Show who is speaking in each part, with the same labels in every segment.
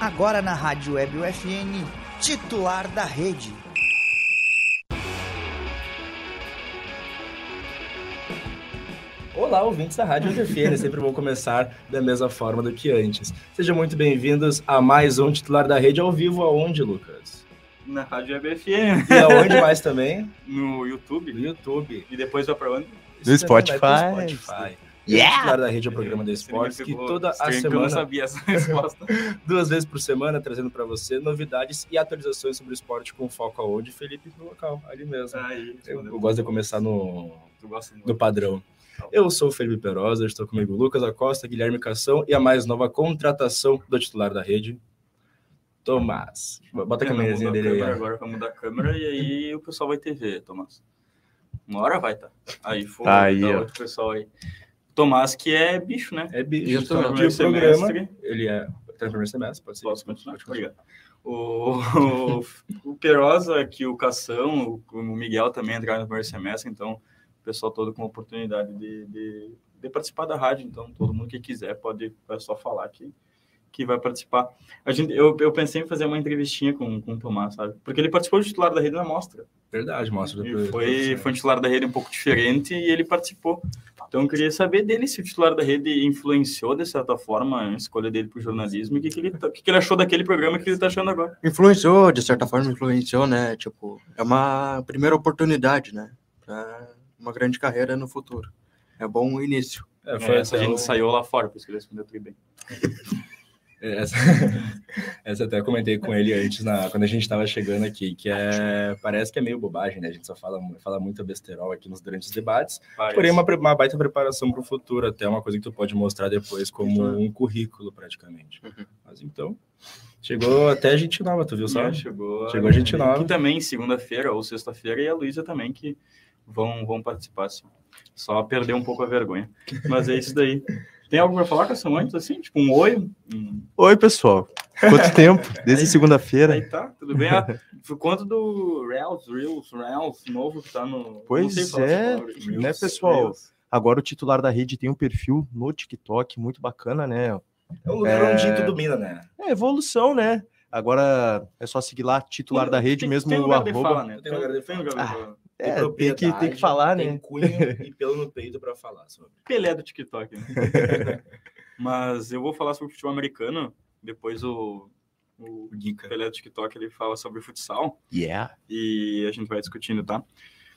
Speaker 1: agora na Rádio Web UFN, titular da rede.
Speaker 2: Olá, ouvintes da Rádio UFN, é sempre bom começar da mesma forma do que antes. Sejam muito bem-vindos a mais um titular da rede ao vivo, aonde, Lucas?
Speaker 3: Na Rádio Web FM,
Speaker 2: E aonde mais também?
Speaker 3: no YouTube,
Speaker 2: No YouTube.
Speaker 3: e depois vai pra onde?
Speaker 2: Isso
Speaker 4: No
Speaker 2: também vai pro
Speaker 4: Spotify.
Speaker 2: Spotify.
Speaker 4: Yeah!
Speaker 2: O titular da rede é o programa de
Speaker 3: Você me
Speaker 2: esportes que
Speaker 3: pegou
Speaker 2: toda a
Speaker 3: estranho, porque Eu não
Speaker 2: semana
Speaker 3: sabia essa resposta.
Speaker 2: duas vezes por semana, trazendo para você novidades e atualizações sobre o esporte com foco aonde, Felipe, no local, ali mesmo.
Speaker 3: Aí,
Speaker 2: Eu, eu gosto de começar no,
Speaker 3: Tu gosta do-
Speaker 2: no padrão. Eu sou o Felipe Perosa, estou comigo o Lucas Acosta, Guilherme Cação e a mais nova contratação do titular da rede, Tomás. Bota a
Speaker 3: Eu não
Speaker 2: câmerazinha
Speaker 3: mudo a
Speaker 2: dele aí.
Speaker 3: câmera
Speaker 2: ó.
Speaker 3: Agora vai É, mudar a câmera e aí o pessoal vai ter ver, Tomás. Uma hora vai, tá? Aí foi
Speaker 4: Tá aí,
Speaker 3: dá
Speaker 4: ó.
Speaker 3: outro pessoal aí. Tomás, que é bicho, né?
Speaker 2: É bicho,
Speaker 3: Bicho
Speaker 2: tá no
Speaker 3: primeiro
Speaker 2: programa.
Speaker 3: semestre.
Speaker 2: Ele é. Tá no primeiro semestre, pode ser.
Speaker 3: Posso continuar? Obrigado. O, o, o Perosa, que o Cação, o, o Miguel também entraram no primeiro semestre, então o pessoal todo com oportunidade de, de, de participar da rádio, então todo mundo que quiser pode é só falar que, que vai participar. A gente, eu, eu pensei em fazer uma entrevistinha com, com o Tomás, sabe? Porque ele participou de titular da rede na mostra.
Speaker 2: Verdade, mostra
Speaker 3: E
Speaker 2: depois.
Speaker 3: foi, foi um titular da rede um pouco diferente e ele participou. Então eu queria saber dele se o titular da rede influenciou, de certa forma, a escolha dele para o jornalismo e o que, que, ele tá- o que, que ele achou daquele programa que ele está achando agora.
Speaker 5: Influenciou, de certa forma, influenciou, né? Tipo, é uma primeira oportunidade, né? Pra uma grande carreira no futuro. É bom um início.
Speaker 2: É, foi
Speaker 3: É, essa
Speaker 2: até
Speaker 3: gente
Speaker 2: o-
Speaker 3: saiu lá fora, por isso que ele respondeu tudo bem.
Speaker 2: é, Essa, essa até eu comentei com ele antes, na, quando a gente estava chegando aqui, que é, parece que é meio bobagem, né? A gente só fala, mu- fala muito besterol aqui nos durante os debates, porém uma, pre- uma baita preparação para o futuro, até uma coisa que tu pode mostrar depois como um currículo, praticamente.
Speaker 5: Uhum.
Speaker 2: Mas então, chegou até gente nova, tu viu só?
Speaker 3: É, chegou,
Speaker 2: Chegou gente nova.
Speaker 3: Que também, segunda-feira ou sexta-feira, e a Luísa também, que vão, vão participar. assim. Só perder um pouco a vergonha. Mas é isso daí. Tem algo para falar com essa antes, assim? Tipo, um oi? Um...
Speaker 4: Oi, pessoal. Quanto tempo? Desde segunda-feira.
Speaker 3: Aí tá, tudo bem. Ah, por conta do Reels, Reels, Reels novo que tá no.
Speaker 4: Pois
Speaker 3: falar essa
Speaker 4: é,
Speaker 3: palavra.
Speaker 4: né, pessoal? Agora o titular da rede tem um perfil no TikTok muito bacana, né?
Speaker 2: É um lugar
Speaker 4: É.
Speaker 2: onde tu domina, né?
Speaker 4: É evolução, né? Agora é só seguir lá, titular da rede,
Speaker 3: Tem-
Speaker 4: mesmo
Speaker 3: tem
Speaker 4: o
Speaker 3: lugar de
Speaker 4: arroba.
Speaker 3: Fala, né?
Speaker 2: Tem lugar de
Speaker 3: Tem lugar de
Speaker 4: Ah.
Speaker 3: fala.
Speaker 4: É, tem que, tem que
Speaker 2: propriedade,
Speaker 4: falar,
Speaker 2: tem
Speaker 4: né?
Speaker 2: cunho e pelo no peito para falar sobre.
Speaker 3: Pelé do TikTok, né? Mas eu vou falar sobre o futebol americano. Depois o, o
Speaker 2: O Gica.
Speaker 3: Pelé do TikTok ele fala sobre futsal.
Speaker 4: Yeah.
Speaker 3: e a gente vai discutindo, tá?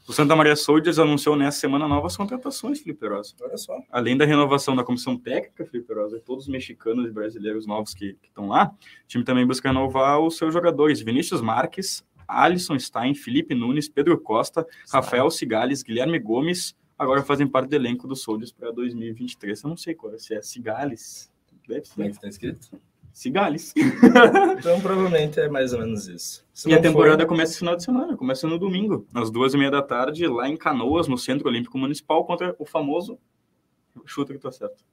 Speaker 3: O Santa Maria Soldiers anunciou nessa semana novas contratações, Felipe Rosa.
Speaker 2: Olha só.
Speaker 3: Além da renovação da comissão técnica, Felipe Rosa, todos os mexicanos e brasileiros novos que que estão lá, o time também busca renovar os seus jogadores. Vinícius Marques, Alisson Stein, Felipe Nunes, Pedro Costa, Rafael Cigales, Guilherme Gomes, agora fazem parte do elenco do Soldiers para 2023. Eu não sei qual é, se é Cigales. Deve
Speaker 2: Como é
Speaker 3: ser.
Speaker 2: que tá escrito?
Speaker 3: Cigales.
Speaker 2: Então, provavelmente é mais ou menos isso. Se
Speaker 3: E a
Speaker 2: não for- né?
Speaker 3: temporada começa esse final de semana, começa no domingo, às duas e meia da tarde, lá em Canoas, no Centro Olímpico Municipal, contra o famoso. Chuta que tá certo.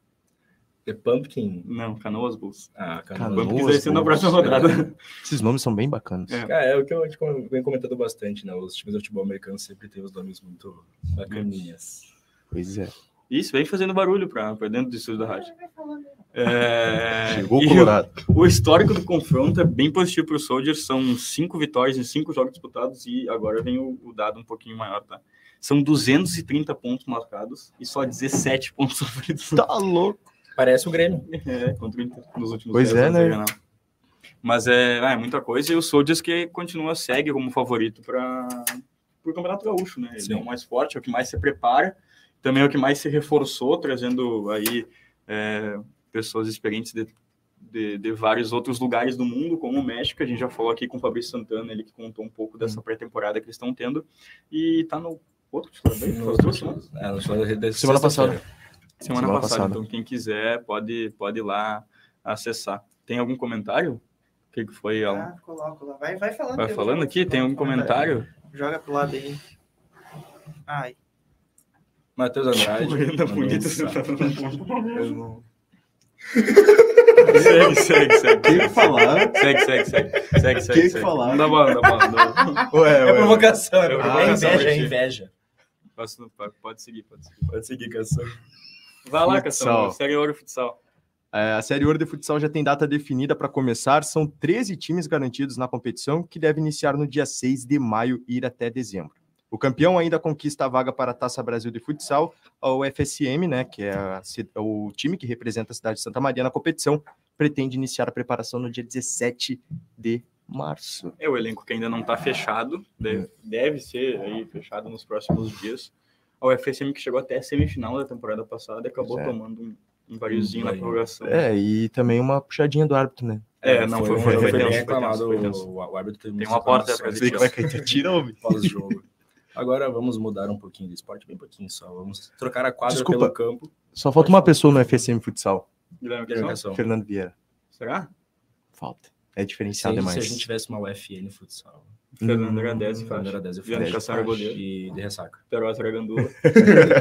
Speaker 2: The Pumpkin.
Speaker 3: Não, Canoas Bulls.
Speaker 2: Ah,
Speaker 4: Canoas.
Speaker 3: Vamos
Speaker 2: Canoas.
Speaker 4: Canoas
Speaker 3: quiser ser na
Speaker 4: Bulls,
Speaker 3: próxima rodada.
Speaker 4: Esses nomes são bem bacanas.
Speaker 3: É.
Speaker 2: Ah, é o que eu a gente com- vem comentando bastante, né? Os times de futebol americano sempre têm os nomes muito bacaninhas.
Speaker 4: Pois é.
Speaker 3: Isso, vem fazendo barulho pra, pra dentro do estúdio da rádio. É,
Speaker 4: Chegou
Speaker 3: e
Speaker 4: o Colorado.
Speaker 3: o, o histórico do confronto é bem positivo pro Soldiers, são cinco vitórias em cinco jogos disputados, e agora vem o, o dado um pouquinho maior, tá? São 230 pontos marcados e só 17 pontos sofridos.
Speaker 4: Tá louco.
Speaker 2: Parece o Grêmio.
Speaker 3: É, contra o Inter nos últimos
Speaker 4: Pois
Speaker 3: 10
Speaker 4: é,
Speaker 3: anos
Speaker 4: né?
Speaker 3: da Granal. Mas é, ah, é muita coisa e o Soldiers que continua segue como favorito para o Campeonato Gaúcho, né? Ele
Speaker 2: Sim.
Speaker 3: é o mais forte, é o que mais se prepara, também é o que mais se reforçou, trazendo aí é, pessoas experientes de, de, de vários outros lugares do mundo, como o México, a gente já falou aqui com o Fabrício Santana, ele que contou um pouco
Speaker 4: Hum.
Speaker 3: dessa pré-temporada que eles estão tendo, e tá no outro titular, bem, faz né? duas semanas.
Speaker 2: É, nós falamos da
Speaker 4: Semana passada.
Speaker 2: sexta-feira.
Speaker 3: Semana,
Speaker 4: Semana
Speaker 3: passada.
Speaker 4: passada.
Speaker 3: Então, quem quiser pode, pode ir lá acessar. Tem algum comentário? O que, que foi, Alan?
Speaker 5: Ah, coloco lá. Vai, vai falando.
Speaker 3: Vai falando aqui? Tem
Speaker 4: um
Speaker 3: algum comentário?
Speaker 5: Joga pro lado aí. Ai,
Speaker 2: Matheus Andrade.
Speaker 3: Brenda
Speaker 2: mandou
Speaker 3: Tá Bonito
Speaker 2: um salve.
Speaker 3: sentado na ponta.
Speaker 5: eu não...
Speaker 3: Segue, segue, segue.
Speaker 4: Tem que falar.
Speaker 3: Segue, segue, segue. Segue, segue.
Speaker 4: que
Speaker 3: segue.
Speaker 4: falar?
Speaker 3: Não dá bola, não dá bola. não dá bola.
Speaker 4: Ué,
Speaker 2: É
Speaker 4: ué, ué.
Speaker 2: provocação, é,
Speaker 3: É
Speaker 2: provocação,
Speaker 3: provocação,
Speaker 2: é inveja, é
Speaker 3: gente.
Speaker 2: inveja.
Speaker 3: Passa no- Pode seguir, pode seguir.
Speaker 2: Pode seguir, canção.
Speaker 3: Vai lá,
Speaker 4: Futsal.
Speaker 3: Cação. Segue o Ouro Futsal.
Speaker 4: É, a Série Ouro de Futsal já tem data definida para começar. São 13 times garantidos na competição, que deve iniciar no dia 6 de maio e ir até dezembro. O campeão ainda conquista a vaga para a Taça Brasil de Futsal, a UFSM, né, que é a ci- o time que representa a cidade de Santa Maria na competição, pretende iniciar a preparação no dia 17 de março.
Speaker 3: É o elenco que ainda não está fechado, deve, deve ser aí fechado nos próximos dias. A UFSM que chegou até a semifinal da temporada passada e acabou
Speaker 4: Pois é.
Speaker 3: tomando um, um variozinho na
Speaker 2: Vai.
Speaker 3: prorrogação.
Speaker 4: É, e também uma puxadinha do árbitro, né?
Speaker 3: É, não, foi, foi, foi,
Speaker 2: bem
Speaker 3: tenso, foi tenso,
Speaker 2: reclamado.
Speaker 3: foi tenso.
Speaker 2: o, o árbitro teve
Speaker 3: Tem
Speaker 2: muitas
Speaker 3: uma porta
Speaker 2: reclamações
Speaker 3: pra
Speaker 2: pós-
Speaker 4: Tira, homem.
Speaker 2: pós-jogo. Agora vamos mudar um pouquinho do esporte, bem pouquinho só. Vamos trocar a quadra
Speaker 4: Desculpa.
Speaker 2: pelo campo.
Speaker 4: Só falta uma pessoa no FSM Futsal,
Speaker 3: Guilherme, quer só?
Speaker 2: Educação.
Speaker 4: Fernando Vieira.
Speaker 3: Será?
Speaker 4: Falta. É
Speaker 2: Se,
Speaker 4: diferenciado
Speaker 2: a gente- se a
Speaker 4: demais.
Speaker 2: gente tivesse uma UFN futsal,
Speaker 3: Fernando era 10 e
Speaker 2: Fernando
Speaker 3: faixa.
Speaker 2: era 10 e
Speaker 3: Leandro
Speaker 2: faixa.
Speaker 3: Cassar era goleiro.
Speaker 2: e de ressaca.
Speaker 3: Perosa era gandula.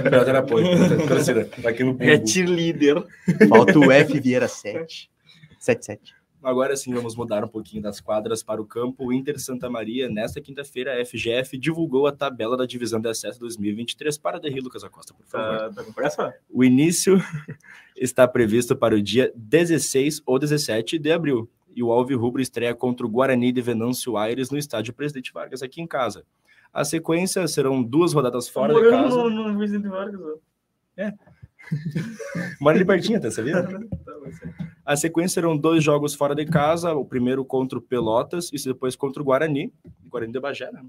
Speaker 2: Pior era apoio, torcida. Aqui no
Speaker 3: É
Speaker 2: Pumbu.
Speaker 3: cheerleader.
Speaker 4: Falta o F Vieira 7. 77.
Speaker 2: Agora sim, vamos mudar um pouquinho das quadras para o campo. O Inter Santa Maria, nesta quinta-feira, a FGF divulgou a tabela da divisão de acesso 2023. Para de rir, Lucas Acosta, por favor.
Speaker 3: Tá, tá com pressa?
Speaker 2: O início está previsto para o dia 16 ou 17 de abril. E o Alvi Rubro estreia contra o Guarani de Venâncio Aires no estádio Presidente Vargas, aqui em casa. A sequência serão duas rodadas fora de
Speaker 3: Morando
Speaker 2: casa.
Speaker 3: no, no Vicente Vargas. ó.
Speaker 2: Mora ali pertinho, tá sabendo?
Speaker 3: Tá, vai ser.
Speaker 2: A sequência serão dois jogos fora de casa. O primeiro contra o Pelotas e depois contra o Guarani. Guarani de Bagé, né?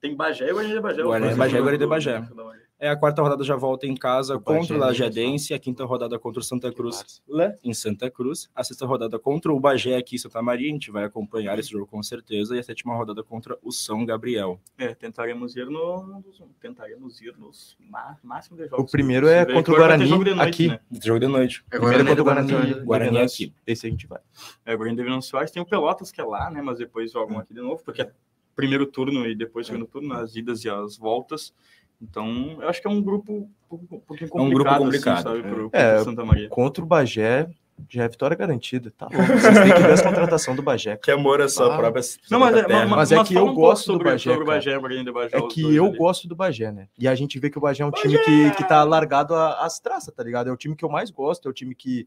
Speaker 3: Tem Bagé e Guarani de Bagé.
Speaker 2: Guarani de Bagé e Guarani de Bagé.
Speaker 3: Final da hora.
Speaker 2: É, a quarta rodada já volta em casa
Speaker 4: O
Speaker 2: contra o
Speaker 4: Bagé, né,
Speaker 2: Lajadense, a quinta rodada contra o Santa Cruz, lá em Santa Cruz, a sexta rodada contra o Bagé aqui em Santa Maria, a gente vai acompanhar esse jogo com certeza, e a sétima rodada contra o São Gabriel.
Speaker 3: É, tentaremos ir no. Tentaremos ir nos ma- máximo de
Speaker 4: O
Speaker 3: jogos.
Speaker 4: primeiro é
Speaker 3: Se
Speaker 4: contra
Speaker 3: vai
Speaker 4: o
Speaker 3: ter
Speaker 4: Guarani
Speaker 3: jogo de noite,
Speaker 4: aqui.
Speaker 3: Né?
Speaker 2: Jogo de noite.
Speaker 5: É
Speaker 4: Primeiro contra o Guarani.
Speaker 5: Guarani.
Speaker 2: Guarani
Speaker 4: Venâncio.
Speaker 2: aqui.
Speaker 4: Esse a gente vai.
Speaker 3: É, o Guarani deve anunciar. Tem o Pelotas que é lá, né? Mas depois jogam aqui de novo, porque é primeiro turno e
Speaker 2: É.
Speaker 3: depois segundo turno, as idas e as voltas. Então, eu acho que é um grupo um pouquinho complicado.
Speaker 2: É um grupo
Speaker 3: assim,
Speaker 2: complicado.
Speaker 3: sabe, pro,
Speaker 4: É.
Speaker 3: pro Santa Maria.
Speaker 4: Contra o Bagé, já é vitória garantida. Tá louco. Vocês têm que ver essa contratação do Bagé.
Speaker 2: Que amor a
Speaker 4: sua Ah.
Speaker 2: própria.
Speaker 3: Não, mas, é-
Speaker 4: terra. Mas é que
Speaker 3: fala
Speaker 4: eu
Speaker 3: pouco
Speaker 4: gosto do
Speaker 3: sobre,
Speaker 4: Bagé,
Speaker 3: Sobre o
Speaker 4: cara.
Speaker 3: Bagé, o Guarani de Bagé.
Speaker 4: É
Speaker 3: os
Speaker 4: que
Speaker 3: dois
Speaker 4: eu
Speaker 3: ali.
Speaker 4: gosto do Bagé, né? E a gente vê que o Bagé é um time que, que tá largado a- às traças, tá ligado? É o time que eu mais gosto, é o time que.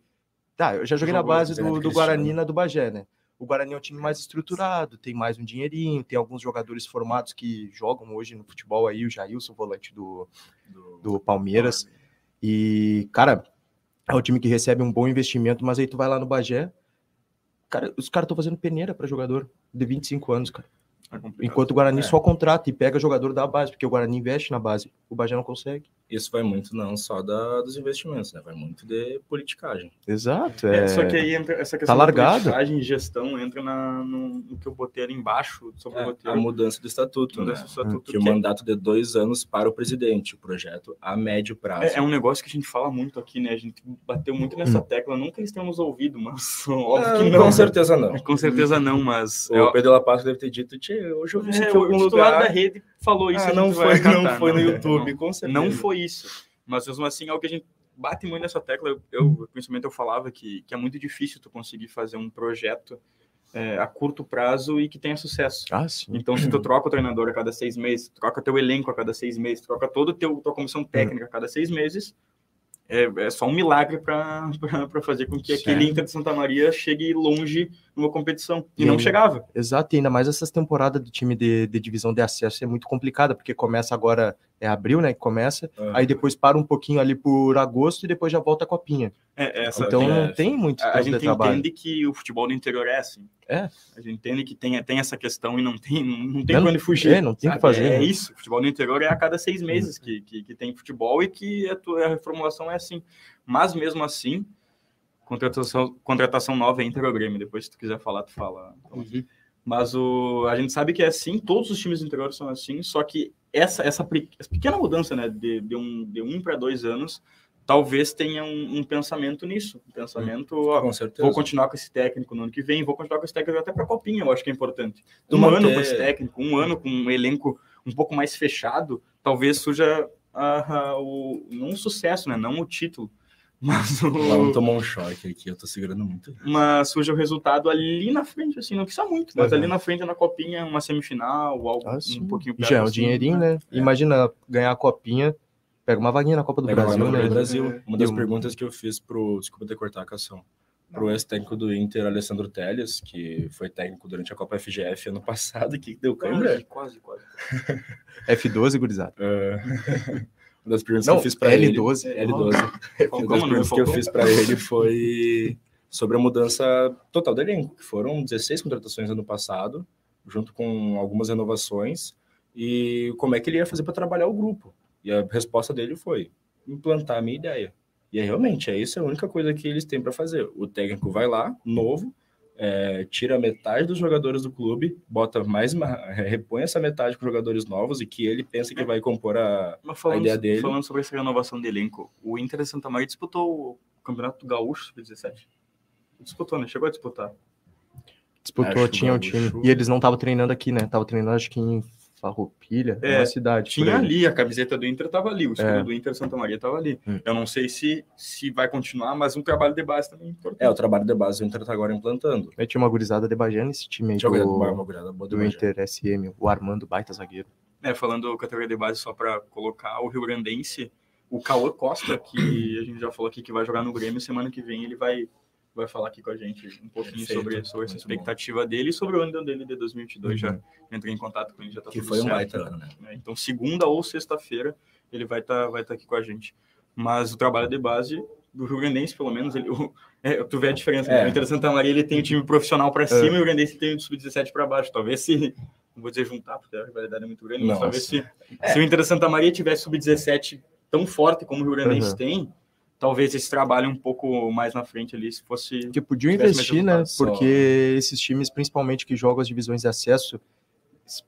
Speaker 4: Tá, eu já joguei na
Speaker 2: Jogou
Speaker 4: base
Speaker 2: Renato
Speaker 4: do, do
Speaker 2: Cristiano.
Speaker 4: Guarani na do Bagé, né? O Guarani é um time mais estruturado, tem mais um dinheirinho, tem alguns jogadores formados que jogam hoje no futebol aí, o Jailson, volante do, do Palmeiras. E, cara, é um time que recebe um bom investimento, mas aí tu vai lá no Bagé. Cara, os caras estão fazendo peneira para jogador de 25 anos, cara.
Speaker 3: É complicado.
Speaker 4: Enquanto o Guarani
Speaker 2: É.
Speaker 4: só contrata e pega jogador da base, porque o Guarani investe na base. O Bagé não consegue.
Speaker 2: Isso vai muito não só da- dos investimentos, né? Vai muito de politicagem.
Speaker 4: Exato.
Speaker 3: É, só que aí entra essa questão
Speaker 4: largado.
Speaker 3: da politicagem e gestão entra na, no, no que eu botei ali embaixo sobre o
Speaker 2: É, a
Speaker 3: roteiro. Então,
Speaker 2: mudança do estatuto, né?
Speaker 3: Mudança do estatuto,
Speaker 2: Que o
Speaker 3: que é-
Speaker 2: mandato de dois anos para o presidente, o projeto a médio prazo.
Speaker 3: É, é um negócio que a gente fala muito aqui, né? A gente bateu muito nessa tecla, não que eles tenhamos ouvido, mas óbvio que não.
Speaker 2: Ah, Com certeza não.
Speaker 3: Com certeza não, mas
Speaker 2: O Pedro Lapasso deve ter dito, "Tchê, hoje eu vi isso
Speaker 3: é,
Speaker 2: aqui em
Speaker 3: o
Speaker 2: algum
Speaker 3: titular
Speaker 2: lugar.
Speaker 3: da rede falou isso.
Speaker 2: Ah,
Speaker 3: a gente
Speaker 2: não
Speaker 3: vai
Speaker 2: foi,
Speaker 3: acatar,
Speaker 2: não foi no
Speaker 3: né?
Speaker 2: YouTube, com
Speaker 3: Não,
Speaker 2: certeza.
Speaker 3: não foi isso. Mas mesmo assim, é o que a gente bate muito nessa tecla. Eu, eu principalmente eu falava que, que é muito difícil tu conseguir fazer um projeto é, a curto prazo e que tenha sucesso.
Speaker 4: Ah, sim.
Speaker 3: Então, se tu troca o treinador a cada seis meses, troca teu elenco a cada seis meses, troca toda tua comissão
Speaker 4: Uhum.
Speaker 3: técnica a cada seis meses, é, é só um milagre para fazer com que aquele
Speaker 4: Certo.
Speaker 3: Inter de Santa Maria chegue longe numa competição. E,
Speaker 4: E
Speaker 3: não
Speaker 4: aí-
Speaker 3: chegava.
Speaker 4: Exato, e ainda mais essas temporadas do time de, de divisão de acesso é muito complicada, porque começa agora, é abril, né? Que começa, aí depois para um pouquinho ali por agosto e depois já volta a copinha.
Speaker 3: É, é, essa-
Speaker 4: Então
Speaker 2: é,
Speaker 4: não tem muito
Speaker 3: a, a
Speaker 4: tempo de
Speaker 3: gente
Speaker 4: trabalho.
Speaker 3: entende que o futebol do interior é assim.
Speaker 4: É.
Speaker 3: A gente entende que tem, tem essa questão e não tem, não tem
Speaker 4: Não-
Speaker 3: pra onde fugir.
Speaker 4: é, não tem o que
Speaker 3: sabe?
Speaker 4: fazer,
Speaker 3: É
Speaker 4: né?
Speaker 3: isso. Futebol no interior é a cada seis meses que, que, que tem futebol e que a, tua, a reformulação é assim. Mas mesmo assim, contratação, contratação nova é Inter ou Grêmio. Depois, se tu quiser falar, tu fala. Mas o, a gente sabe que é assim, todos os times do interior são assim, só que essa, essa, pe- essa pequena mudança né, de, de um, de um para dois anos talvez tenha um, um pensamento nisso. Um pensamento, ó,
Speaker 2: Com certeza.
Speaker 3: Vou continuar com esse técnico no ano que vem, vou continuar com esse técnico até para a Copinha, eu acho que é importante.
Speaker 2: Tu
Speaker 3: Um ano
Speaker 2: manter-
Speaker 3: com esse técnico, um ano com um elenco um pouco mais fechado, talvez surja ah, ah, o, não o sucesso, né? não o título, mas, o-
Speaker 2: Ela não tomou um choque aqui, eu tô segurando muito.
Speaker 3: mas surja o resultado ali na frente, assim, não precisa muito, mas
Speaker 4: Uhum.
Speaker 3: ali na frente, na Copinha, uma semifinal, algo
Speaker 4: Ah,
Speaker 3: um
Speaker 4: sim.
Speaker 3: pouquinho
Speaker 4: E Já é um
Speaker 3: assim,
Speaker 4: dinheirinho, né? Imagina ganhar a copinha, pega uma vaguinha na Copa do
Speaker 2: Pega uma
Speaker 4: Brasil,
Speaker 2: Copa do
Speaker 4: né?
Speaker 3: É,
Speaker 2: Brasil. Uma das
Speaker 4: E um-
Speaker 2: perguntas que eu fiz pro. Desculpa ter cortar a cação. para o ex-técnico do Inter, Alessandro Telles, que foi técnico durante a Copa FGF ano passado, que deu câimbra.
Speaker 3: Quase, quase, quase.
Speaker 4: F12, gurizada.
Speaker 2: Ah, uma das perguntas que
Speaker 4: Não,
Speaker 2: eu fiz para ele. é,
Speaker 4: L12.
Speaker 2: L12. Uma das
Speaker 3: Falcão, né?
Speaker 2: perguntas que eu
Speaker 3: Falcão.
Speaker 2: fiz para ele foi sobre a mudança total do elenco, que foram 16 contratações ano passado, junto com algumas renovações, e como é que ele ia fazer para trabalhar o grupo. E a resposta dele foi implantar a minha ideia. E é realmente, é isso é a única coisa que eles têm para fazer. O técnico vai lá, novo, é, tira metade dos jogadores do clube, bota mais uma, repõe essa metade com jogadores novos e que ele pensa que vai compor a,
Speaker 3: Mas falando,
Speaker 2: A ideia dele-
Speaker 3: falando sobre essa renovação de elenco, o Inter de Santa Maria disputou o Campeonato Gaúcho Sub-17. Disputou, né? Chegou a disputar.
Speaker 4: Disputou,
Speaker 2: Acho
Speaker 4: tinha o
Speaker 2: gaúcho.
Speaker 4: time. E eles não estavam treinando aqui, né? Estavam treinando, acho que em Farroupilha,
Speaker 3: É,
Speaker 4: uma cidade. por
Speaker 3: Tinha
Speaker 4: aí.
Speaker 3: ali, a camiseta do Inter tava ali, o escudo
Speaker 4: É.
Speaker 3: do Inter de Santa Maria tava ali.
Speaker 4: Hum.
Speaker 3: Eu não sei se, se vai continuar, mas um trabalho de base também é importante.
Speaker 2: É, o trabalho de base o Inter tá agora implantando.
Speaker 4: Aí tinha uma gurizada de Bagé nesse time aí
Speaker 2: Jogador do Bar,
Speaker 4: do,
Speaker 2: uma goleada boa do
Speaker 4: do
Speaker 2: Inter.
Speaker 4: Inter SM, o Armando Baita Zagueiro.
Speaker 2: É.
Speaker 3: né, falando categoria de base só para colocar o Rio Grandense, o Cauã Costa, que a gente já falou aqui que vai jogar no Grêmio, semana que vem ele vai, vai falar aqui com a gente um pouquinho
Speaker 2: Perfeito,
Speaker 3: sobre, sobre essa
Speaker 2: muito Uhum.
Speaker 3: expectativa dele e sobre o ano dele de 2022. Já entrei em contato com ele, já tá
Speaker 2: Que
Speaker 3: tudo
Speaker 2: foi um
Speaker 3: certo,
Speaker 2: baita ano, né?
Speaker 3: né? Então, segunda ou sexta-feira ele vai estar vai tá aqui com a gente. Mas o trabalho de base do Rio Grandense, pelo menos, ele, o- é, tu vê a diferença. né?
Speaker 2: É.
Speaker 3: O Inter Santa Maria ele tem o time profissional
Speaker 4: É.
Speaker 3: para cima e o Rio Grandense tem o sub-17 para baixo. Talvez se não vou dizer juntar, porque a rivalidade é muito grande, mas
Speaker 2: Nossa.
Speaker 3: talvez se, se o Inter Santa Maria tivesse sub-17 tão forte como o Rio Grandense
Speaker 4: Uhum.
Speaker 3: tem, talvez esse trabalho um pouco mais na frente ali, se fosse.
Speaker 4: Porque podiam
Speaker 3: Tivesse
Speaker 4: investir,
Speaker 3: mais
Speaker 4: né?
Speaker 3: resultado, só-
Speaker 4: Porque esses times, principalmente que jogam as divisões de acesso,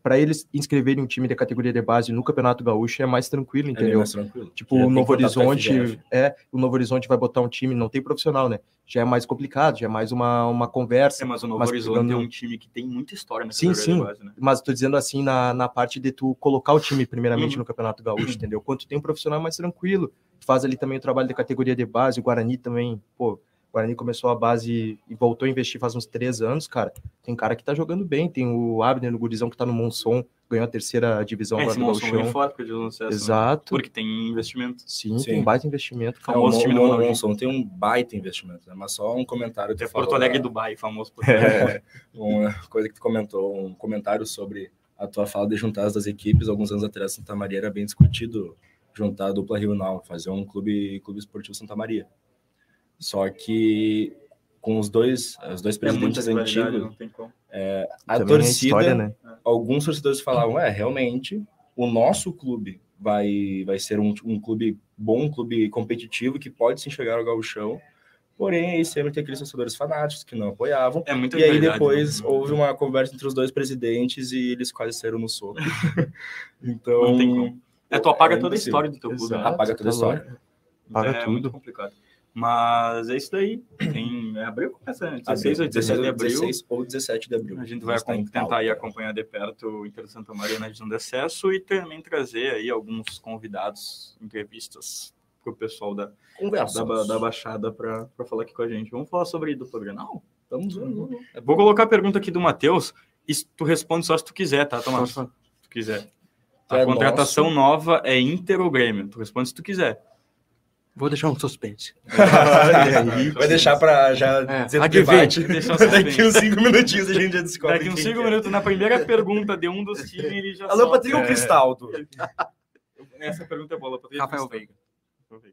Speaker 4: para eles inscreverem um time de categoria de base no Campeonato Gaúcho é mais tranquilo,
Speaker 2: Ele é
Speaker 4: entendeu?
Speaker 2: mais tranquilo.
Speaker 4: Tipo,
Speaker 2: Já
Speaker 4: o
Speaker 2: tem
Speaker 4: Novo
Speaker 2: contato com a
Speaker 4: Horizonte
Speaker 3: né?
Speaker 2: FGF.
Speaker 4: é, o Novo Horizonte vai botar um time, não tem profissional, né? Já é mais complicado, já é mais uma, uma conversa.
Speaker 3: É, mas o Novo
Speaker 4: Mas
Speaker 3: Horizonte
Speaker 4: pegando-
Speaker 3: é um time que tem muita história na
Speaker 4: Sim,
Speaker 3: categoria
Speaker 4: sim.
Speaker 3: de base, né?
Speaker 4: Mas tô dizendo assim, na, na parte de tu colocar o time primeiramente
Speaker 3: Uhum.
Speaker 4: no Campeonato Gaúcho, entendeu? Quanto tem um profissional é mais tranquilo, tu faz ali também o trabalho da categoria de base, o Guarani também, pô, o Guarani começou a base e voltou a investir faz uns três anos, cara. Tem cara que tá jogando bem, tem o Abner, o gurizão que tá no Monson, ganhou a terceira divisão
Speaker 3: É,
Speaker 4: agora
Speaker 3: esse
Speaker 4: do
Speaker 3: Monson vem
Speaker 4: Gaúchão.
Speaker 3: fora, porque eles não acessam, né?
Speaker 4: Exato.
Speaker 3: Porque tem investimento.
Speaker 4: Sim,
Speaker 2: Sim.
Speaker 4: tem baita investimento.
Speaker 2: É,
Speaker 4: cara.
Speaker 2: o
Speaker 3: famoso
Speaker 2: Mon-
Speaker 3: time do
Speaker 2: Mon-
Speaker 3: Monarca.
Speaker 2: Monson tem um baita investimento, né? Mas só um comentário que
Speaker 3: É
Speaker 2: tu falou
Speaker 3: Porto Alegre e
Speaker 2: da-
Speaker 3: Dubai, famoso por
Speaker 2: É, uma coisa que tu comentou, um comentário sobre a tua fala de juntar as das equipes. Alguns anos atrás, Santa Maria era bem discutido juntar a dupla Rio Nau, fazer um clube, clube esportivo Santa Maria. Só que com os dois, os dois
Speaker 3: É muita
Speaker 2: presidentes
Speaker 3: rivalidade,
Speaker 2: antigos,
Speaker 3: não tem como.
Speaker 2: a
Speaker 4: Também é
Speaker 2: torcida
Speaker 4: história, né?
Speaker 2: alguns torcedores falavam, é, realmente, o nosso clube vai, vai ser um, um clube bom, um clube competitivo, que pode se enxergar ao gauchão, porém, aí sempre tem aqueles torcedores fanáticos que não apoiavam,
Speaker 3: É muita
Speaker 2: e aí
Speaker 3: rivalidade,
Speaker 2: depois
Speaker 3: né?
Speaker 2: houve uma conversa entre os dois presidentes e eles quase saíram no soco. então,
Speaker 3: Não tem como. É, tu apaga
Speaker 2: é
Speaker 3: toda a
Speaker 2: impossível.
Speaker 3: história do teu clube.
Speaker 4: Exato.
Speaker 3: né?
Speaker 2: apaga toda a
Speaker 4: Tá
Speaker 2: história.
Speaker 4: Apaga
Speaker 3: é
Speaker 4: tudo.
Speaker 3: muito complicado. Mas é isso daí. Tem é abril começa, né? 16 ou 17 de abril.
Speaker 2: 16 ou 17 de abril.
Speaker 3: A gente vai
Speaker 2: Está em
Speaker 3: acom- tentar
Speaker 2: pauta. né?
Speaker 3: aí acompanhar de perto o Inter de Santa Maria na divisão de acesso e também trazer aí alguns convidados, entrevistas pro pessoal da, da,
Speaker 2: Conversas.
Speaker 3: ba- da Baixada para falar aqui com a gente. Vamos falar sobre do Granal?
Speaker 2: Vamos, vamos, vamos.
Speaker 3: Vou colocar a pergunta aqui do Matheus. e se- Tu responde só se tu quiser, tá, Tomás? Se tu quiser.
Speaker 2: Tu
Speaker 3: A
Speaker 2: é
Speaker 3: contratação nova é Inter ou Grêmio? Tu responde se tu quiser.
Speaker 5: Vou deixar um suspense.
Speaker 2: Vai deixar para já
Speaker 5: É,
Speaker 2: dizer no
Speaker 5: adivinha.
Speaker 2: debate.
Speaker 3: Deixa eu só bem.
Speaker 2: Daqui uns 5 minutinhos a gente já descobre.
Speaker 3: Daqui uns
Speaker 2: quem
Speaker 3: 5
Speaker 2: que é.
Speaker 3: minutos, É. na primeira pergunta de um dos times, ele já
Speaker 2: Alô,
Speaker 3: solta.
Speaker 2: Patrick ou Cristaldo?
Speaker 3: Essa pergunta é boa, Patrick.
Speaker 5: Rafael Veiga.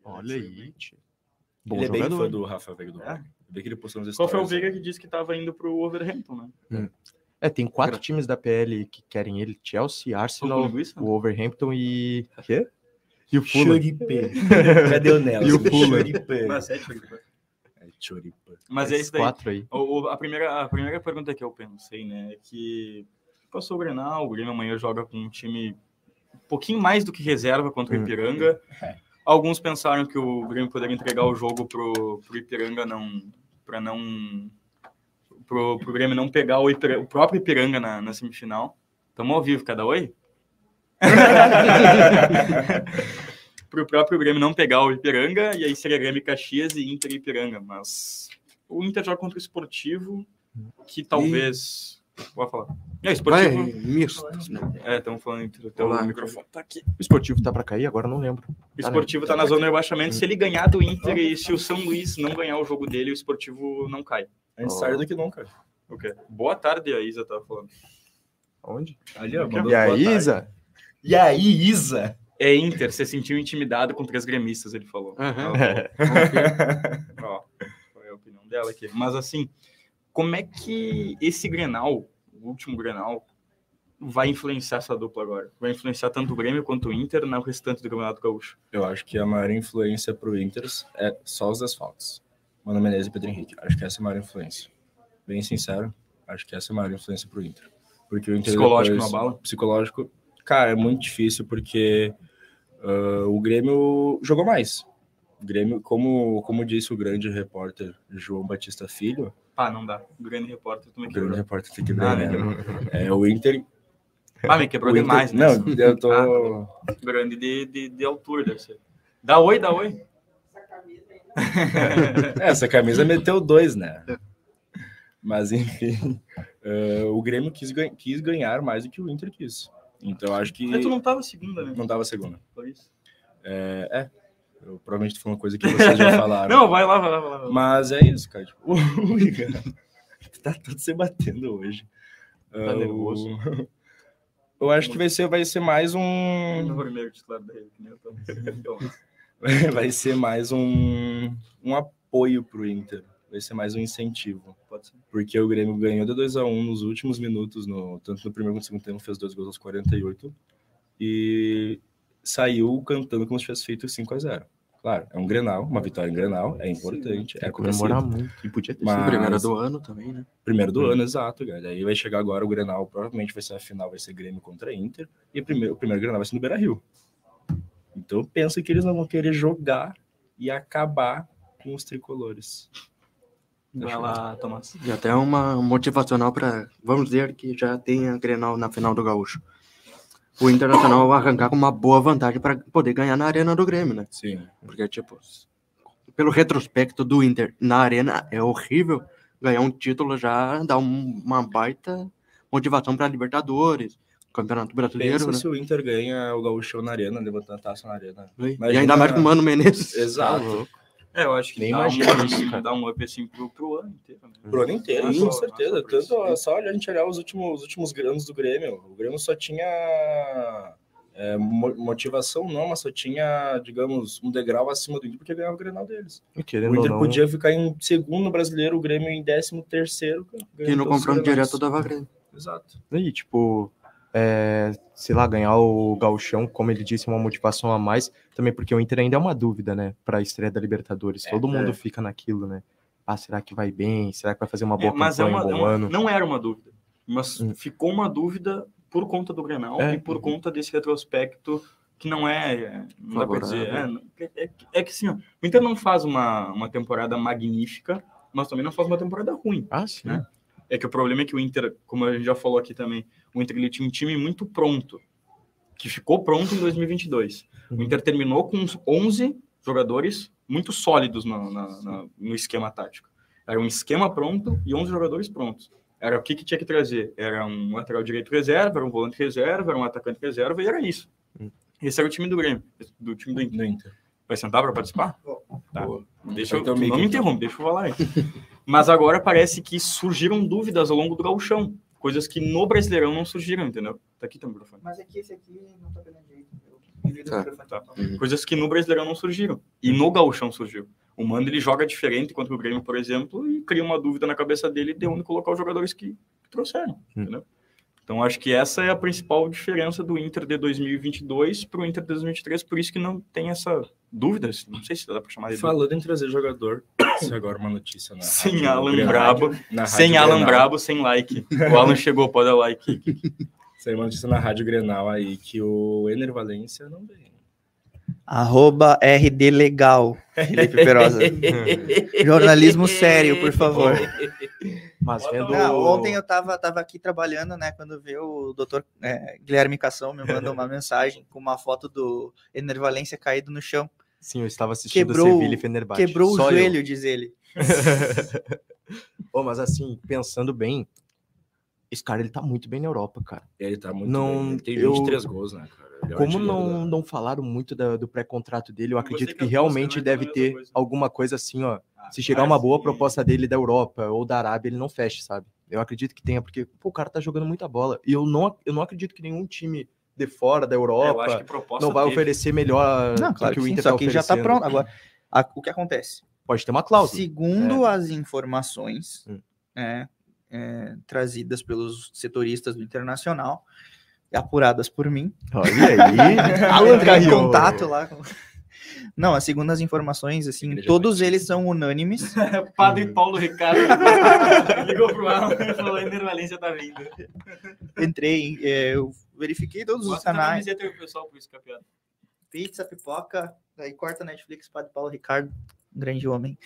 Speaker 4: Olha aí. tio. Bom
Speaker 2: Ele é bem
Speaker 4: jogador.
Speaker 2: fã do Rafa Veiga do
Speaker 3: É?
Speaker 2: Braga. Eu vi que ele postou nos stories. né?
Speaker 3: Rafael Veiga que disse que estava indo pro Overhampton, né?
Speaker 4: É, tem quatro times da PL que querem ele: Chelsea,
Speaker 3: Sou
Speaker 2: Uhum.
Speaker 4: Arsenal,
Speaker 3: linguiça?
Speaker 4: o Overhampton e. Quê? E o Fulham.
Speaker 2: Choripê. Cadê o Nelson?
Speaker 4: E o Pula.
Speaker 2: Choripê.
Speaker 3: Mas é, tipo,
Speaker 2: É, Choripê.
Speaker 3: Mas é
Speaker 4: Esses
Speaker 3: isso daí.
Speaker 4: Quatro aí.
Speaker 3: O- o- a, primeira, a primeira pergunta que eu pensei, né, é que passou o Grenal, o Grêmio amanhã joga com um time um pouquinho mais do que reserva contra o
Speaker 4: Hum.
Speaker 3: Ipiranga. Alguns pensaram que o Grêmio poderia entregar o jogo pro, pro Ipiranga não para não pro, pro Grêmio não pegar o, Ipiranga- o próprio Ipiranga na, na semifinal. Tamo ao vivo, cada oi? pro próprio Grêmio não pegar o Ipiranga, e aí seria Grêmio e Caxias e Inter e Ipiranga, mas o Inter joga contra o Esportivo, que talvez Pode falar. É,
Speaker 5: Vai,
Speaker 3: esportivo.
Speaker 5: mistos, né?
Speaker 3: É, estamos falando entre o teu
Speaker 5: Olá.
Speaker 3: microfone. Tá aqui.
Speaker 4: O esportivo tá pra cair? Agora eu não lembro.
Speaker 3: O esportivo tá na zona de rebaixamento. Se ele ganhar do Inter e se o São Luís não ganhar o jogo dele, o esportivo não cai.
Speaker 2: A gente sai do que nunca.
Speaker 3: Ok. Boa tarde, a Isa tava falando.
Speaker 4: Onde?
Speaker 2: Ali, ó, mandou
Speaker 4: E a
Speaker 2: boa tarde.
Speaker 4: Isa?
Speaker 2: E aí, Isa?
Speaker 3: É Inter, você sentiu intimidado com três gremistas, ele falou.
Speaker 5: Aham.
Speaker 2: Tá
Speaker 3: Ela falou. Ó, foi é a opinião dela aqui. Mas assim, como é que esse Grenal, o último Grenal, vai influenciar essa dupla agora? Vai influenciar tanto o Grêmio quanto o Inter no restante do Campeonato Gaúcho?
Speaker 2: Eu acho que a maior influência pro Inter é só os desfalques. Mano Menezes e Pedro Henrique. Acho que essa é a maior influência. Bem sincero, acho que essa é a maior influência pro Inter. Porque o Inter
Speaker 3: Psicológico
Speaker 2: depois-
Speaker 3: na bala?
Speaker 2: Psicológico, cara, é muito difícil porque ah, o Grêmio jogou mais. O Grêmio, como, como disse o grande repórter João Batista Filho,
Speaker 3: Pá, não dá. O Grêmio Repórter, tu me
Speaker 2: o grande
Speaker 3: quebrou.
Speaker 2: repórter tem que ver,
Speaker 3: Ah,
Speaker 2: né? É, o Inter.
Speaker 3: Ah, me quebrou
Speaker 2: o Inter-
Speaker 3: demais, né?
Speaker 2: Não, eu tô.
Speaker 3: Grande de, de, de altura, deve ser. Dá oi, dá oi.
Speaker 2: Essa camisa meteu dois, né? Mas, enfim, eh, o Grêmio quis, gan- quis ganhar mais do que o Inter quis. Então, acho que
Speaker 3: Mas tu não tava segunda, né?
Speaker 2: não dava segunda.
Speaker 3: Foi isso.
Speaker 2: Eu provavelmente tô falando coisa que vocês já falaram.
Speaker 3: Não, vai lá, vai lá, vai lá.
Speaker 2: Mas é isso, cara. Tipo, o Igor tá todo se batendo hoje. Eh, o-
Speaker 4: nervoso.
Speaker 2: Eu acho que vai ser, vai ser mais um.
Speaker 3: Meu vermelho titular da Rede, né? Então, então,
Speaker 2: Vai ser mais um, um apoio pro Inter. Vai ser mais um incentivo.
Speaker 3: Pode ser.
Speaker 2: porque o Grêmio ganhou de 2 a 1 nos últimos minutos, no, tanto no primeiro quanto no segundo tempo, fez dois gols aos 48 e saiu cantando como se tivesse feito 5 a 0. Claro, é um Grenal, uma vitória em Grenal, é importante, é
Speaker 4: É comemorar
Speaker 2: comemorado.
Speaker 4: muito. E podia ter
Speaker 2: Mas-
Speaker 4: sido.
Speaker 5: Primeira é do ano também, né?
Speaker 2: Primeiro do ano, exato, galera. Aí vai chegar agora o Grenal, provavelmente vai ser a final, vai ser Grêmio contra Inter, e a primeira- o primeiro Grenal vai ser no Beira-Rio. Então pensa que eles não vão querer jogar e acabar com os tricolores.
Speaker 3: Vai lá, Tomás.
Speaker 5: E até uma motivacional para, vamos dizer que já tem a Grenal na final do Gaúcho. O Internacional vai arrancar com uma boa vantagem para poder ganhar na arena do Grêmio, né?
Speaker 2: Sim.
Speaker 5: Porque, tipo, pelo retrospecto do Inter na arena, é horrível ganhar um título já dá um- uma baita motivação para Libertadores, Campeonato Brasileiro,
Speaker 2: Pensa
Speaker 5: né?
Speaker 2: se o Inter ganha o Gaúchão na arena, levantando a taça na arena.
Speaker 5: E ainda mais com o Mano Menezes.
Speaker 2: Exato.
Speaker 3: É, eu acho que
Speaker 4: Nem
Speaker 3: dá,
Speaker 4: imagino
Speaker 3: um,
Speaker 4: isso, cara.
Speaker 3: dá um up assim pro, pro ano inteiro. Né?
Speaker 2: Pro ano inteiro,
Speaker 3: Sim,
Speaker 2: com
Speaker 3: sim.
Speaker 2: certeza. Tanto ó, só olhar- a gente olhar os últimos, os últimos anos do Grêmio. O Grêmio só tinha é, mo- motivação, não, mas só tinha, digamos, um degrau acima do Inter, porque ganhava o Grenal deles.
Speaker 4: E
Speaker 2: O
Speaker 4: Querendo ou
Speaker 2: Inter
Speaker 4: não,
Speaker 2: podia ficar em segundo brasileiro, o Grêmio em décimo terceiro.
Speaker 5: E
Speaker 2: ganhando
Speaker 5: no
Speaker 2: todos os
Speaker 5: confronto
Speaker 2: Grenais.
Speaker 5: direto da Grêmio.
Speaker 2: Exato.
Speaker 4: E, tipo, é, sei lá, ganhar o gauchão, como ele disse, é uma motivação a mais. Também porque o Inter ainda é uma dúvida, né? Pra estreia da Libertadores. Todo mundo fica naquilo, né? Ah, será que vai bem? Será que vai fazer uma boa
Speaker 3: É, mas é
Speaker 4: campanha,
Speaker 3: uma,
Speaker 4: um
Speaker 3: é
Speaker 4: bom
Speaker 3: uma-
Speaker 4: ano?
Speaker 3: não era uma dúvida, mas
Speaker 4: Hum.
Speaker 3: ficou uma dúvida por conta do Grenal
Speaker 4: É.
Speaker 3: e por conta desse retrospecto que não é, é, não dá pra dizer, é, não- é, é que- é que assim, ó, o Inter não faz uma, uma temporada magnífica, mas também não faz uma temporada ruim.
Speaker 4: Ah, sim.
Speaker 3: né? É que o problema é que o Inter, como a gente já falou aqui também, o Inter ele tinha um time muito pronto, que ficou pronto em 2022. O Inter terminou com uns 11 jogadores muito sólidos na- na- na- no esquema tático. Era um esquema pronto e 11 jogadores prontos. Era o que, que tinha que trazer? Era um lateral direito reserva, era um volante reserva, era um atacante reserva e era isso. Esse era o time do Grêmio, do time do Inter.
Speaker 2: No Hum. Inter.
Speaker 3: Vai sentar para participar? Tá. Deixa eu,
Speaker 2: Então,
Speaker 3: tu não
Speaker 2: Miguel, então.
Speaker 3: me interrompe, deixa eu falar aí. Mas agora parece que surgiram dúvidas ao longo do gauchão. Coisas que no Brasileirão não surgiram, entendeu? Tá aqui teu microfone.
Speaker 1: Mas é que esse aqui não tá pegando direito.
Speaker 5: Tá.
Speaker 2: Uhum.
Speaker 3: Coisas que no Brasileirão não surgiram. E no gauchão surgiu. O Mano, ele joga diferente contra o Grêmio, por exemplo, e cria uma dúvida na cabeça dele de onde colocar os jogadores que trouxeram,
Speaker 2: Hum.
Speaker 3: entendeu? Então, acho que essa é a principal diferença do Inter de 2022 para o Inter de 2023, por isso que não tem essa dúvida, assim, não sei se dá para chamar de dúvida.
Speaker 2: Falando em trazer jogador, isso agora é uma notícia na
Speaker 3: Sem
Speaker 2: rádio
Speaker 3: Alan
Speaker 2: Grenal,
Speaker 3: Brabo,
Speaker 2: na rádio
Speaker 3: Sem Alan
Speaker 2: Grenal.
Speaker 3: Brabo, sem like. O Alan chegou, pode dar like.
Speaker 2: Saiu é uma notícia na Rádio Grenal aí que o Ener Valência não vem.
Speaker 1: Arroba RD Legal, Felipe Perosa. Jornalismo sério, por favor.
Speaker 4: Mas
Speaker 3: Bota
Speaker 4: vendo.
Speaker 1: Não, um- Ah, ontem eu tava, tava aqui trabalhando, né? Quando vê o doutor é, Guilherme Cação me mandou uma mensagem com uma foto do Enervalência caído no chão.
Speaker 4: Sim, eu estava assistindo
Speaker 1: Quebrou-
Speaker 4: Sevilha e Fenerbahçe.
Speaker 1: Quebrou o
Speaker 4: Só eu.
Speaker 1: joelho, diz ele.
Speaker 4: Pô, mas assim, pensando bem, Esse cara, ele tá muito bem na Europa, cara.
Speaker 2: Ele tá muito
Speaker 4: Não,
Speaker 2: bem. Ele tem
Speaker 4: eu-
Speaker 2: 23 gols, né, cara? Ele é o
Speaker 4: Como
Speaker 2: artilheiro
Speaker 4: não,
Speaker 2: da-
Speaker 4: não falaram muito da- do pré-contrato dele, eu
Speaker 3: Eu
Speaker 4: acredito
Speaker 3: gostei que
Speaker 4: que,
Speaker 3: a
Speaker 4: realmente
Speaker 3: proposta
Speaker 4: deve
Speaker 3: dele foi a
Speaker 4: ter
Speaker 3: mesma coisa.
Speaker 4: alguma coisa assim, ó.
Speaker 3: Ah,
Speaker 4: Se chegar
Speaker 3: mas
Speaker 4: uma boa
Speaker 3: que-
Speaker 4: proposta dele da Europa ou da Arábia, ele não fecha, sabe? Eu acredito que tenha, porque pô, o cara tá jogando muita bola. E eu não, eu não acredito que nenhum time de fora da
Speaker 3: É, eu acho
Speaker 4: Europa
Speaker 3: que proposta
Speaker 4: não vai
Speaker 3: teve.
Speaker 4: oferecer melhor
Speaker 1: Não,
Speaker 4: do
Speaker 1: claro que,
Speaker 4: que o
Speaker 1: sim,
Speaker 4: Inter
Speaker 1: só
Speaker 4: tá
Speaker 1: que já tá
Speaker 4: oferecendo.
Speaker 1: pronto. Agora, a- o que acontece?
Speaker 4: Pode ter uma cláusula.
Speaker 1: Segundo as informações
Speaker 4: é. Hum.
Speaker 1: né, é, trazidas pelos setoristas do Internacional, apuradas por mim,
Speaker 4: Olha aí.
Speaker 1: Alan tem
Speaker 4: Carrion.
Speaker 1: contato lá. com- Não, as segundo as informações, assim,
Speaker 2: Igreja
Speaker 1: todos
Speaker 2: Batista.
Speaker 1: eles são unânimes. Uhum.
Speaker 3: Padre Paulo Ricardo ligou pro Alan e falou: Enervalência tá vindo.
Speaker 1: Entrei, é, eu verifiquei todos os
Speaker 3: Bota na
Speaker 1: canais.
Speaker 3: camiseta aí pro pessoal por isso, é campeão.
Speaker 1: Pizza, pipoca, aí corta Netflix, Padre Paulo Ricardo, um grande homem.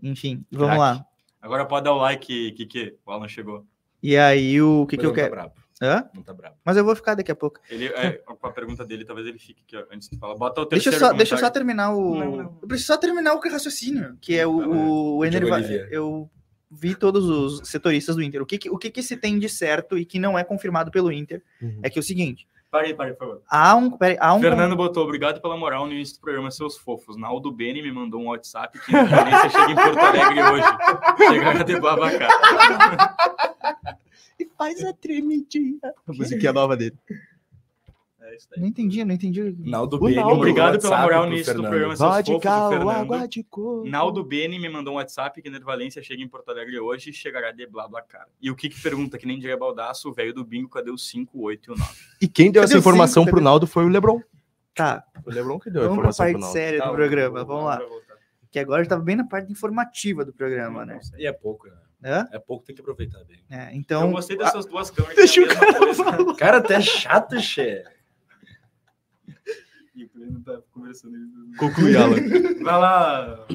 Speaker 1: Enfim, vamos
Speaker 4: Craque.
Speaker 1: lá.
Speaker 3: Agora pode dar o like, que, que o Alan chegou.
Speaker 1: E aí, o que,
Speaker 2: Mas
Speaker 1: que eu
Speaker 2: não tá
Speaker 1: quero?
Speaker 2: brabo,
Speaker 1: Hã?
Speaker 2: Não tá brabo.
Speaker 1: Mas eu vou ficar daqui a pouco.
Speaker 3: Ele, é, com a pergunta dele, talvez ele fique aqui, ó, antes de falar. Bota o
Speaker 1: Deixa
Speaker 3: terceiro
Speaker 1: eu, só, deixa eu só
Speaker 3: comentário.
Speaker 1: terminar o.
Speaker 3: Não, não.
Speaker 1: Eu preciso só terminar o raciocínio, que é o,
Speaker 3: Vai lá.
Speaker 1: o, o
Speaker 2: Diego
Speaker 1: Enerva-
Speaker 2: Oliveira.
Speaker 1: Eu vi todos os setoristas do Inter. O, que, que- o que, que se tem de certo e que não é confirmado pelo Inter
Speaker 4: Uhum.
Speaker 1: é que é o seguinte:
Speaker 3: Parei, parei, por favor.
Speaker 1: há um. peraí, há um
Speaker 3: Fernando botou, obrigado pela moral no início do programa, seus fofos. Naldo Bene me mandou um WhatsApp que a polícia chega em Porto Alegre hoje. Chegaram até Babacá.
Speaker 4: Faz a tremidinha. A musiquinha nova dele.
Speaker 3: É isso daí.
Speaker 1: Não entendi, não entendi.
Speaker 2: Naldo
Speaker 4: Naldo,
Speaker 2: Bene
Speaker 1: um
Speaker 2: mandou
Speaker 3: obrigado pela
Speaker 2: WhatsApp
Speaker 3: moral
Speaker 2: pro
Speaker 3: no início do
Speaker 2: Fernando.
Speaker 3: programa. Seus
Speaker 4: Vá de
Speaker 3: fofos,
Speaker 4: cal,
Speaker 3: Fernando.
Speaker 1: tá
Speaker 4: água de coco.
Speaker 3: Naldo Bene me mandou um WhatsApp que Nervalência chega em Porto Alegre hoje e chegará de blá blá cara. E o que que pergunta? Que nem diria Baldaço, o velho do bingo, cadê o 5, 8 e o 9?
Speaker 4: E quem deu
Speaker 1: Cadê
Speaker 4: essa
Speaker 1: o cinco?
Speaker 4: informação pro
Speaker 1: Cadê-
Speaker 4: Naldo foi o Lebron.
Speaker 1: Tá,
Speaker 4: O Lebron que deu a
Speaker 1: vamos pra
Speaker 4: informação pro
Speaker 1: parte
Speaker 4: Naldo.
Speaker 1: séria
Speaker 3: Tá
Speaker 1: do programa. Vamos lá. Que agora estava bem na parte informativa do programa, né?
Speaker 2: E é pouco, né?
Speaker 1: Hã?
Speaker 2: É pouco, tem que aproveitar bem.
Speaker 1: É,
Speaker 3: Então, eu
Speaker 1: então,
Speaker 3: gostei dessas duas câmeras.
Speaker 4: Deixa
Speaker 3: que é a mesma coisa.
Speaker 2: O cara até é chato, che.
Speaker 3: E o Breno tá conversando. ele-
Speaker 4: Conclui, Alan.
Speaker 3: Vai
Speaker 1: Tá,
Speaker 3: lá.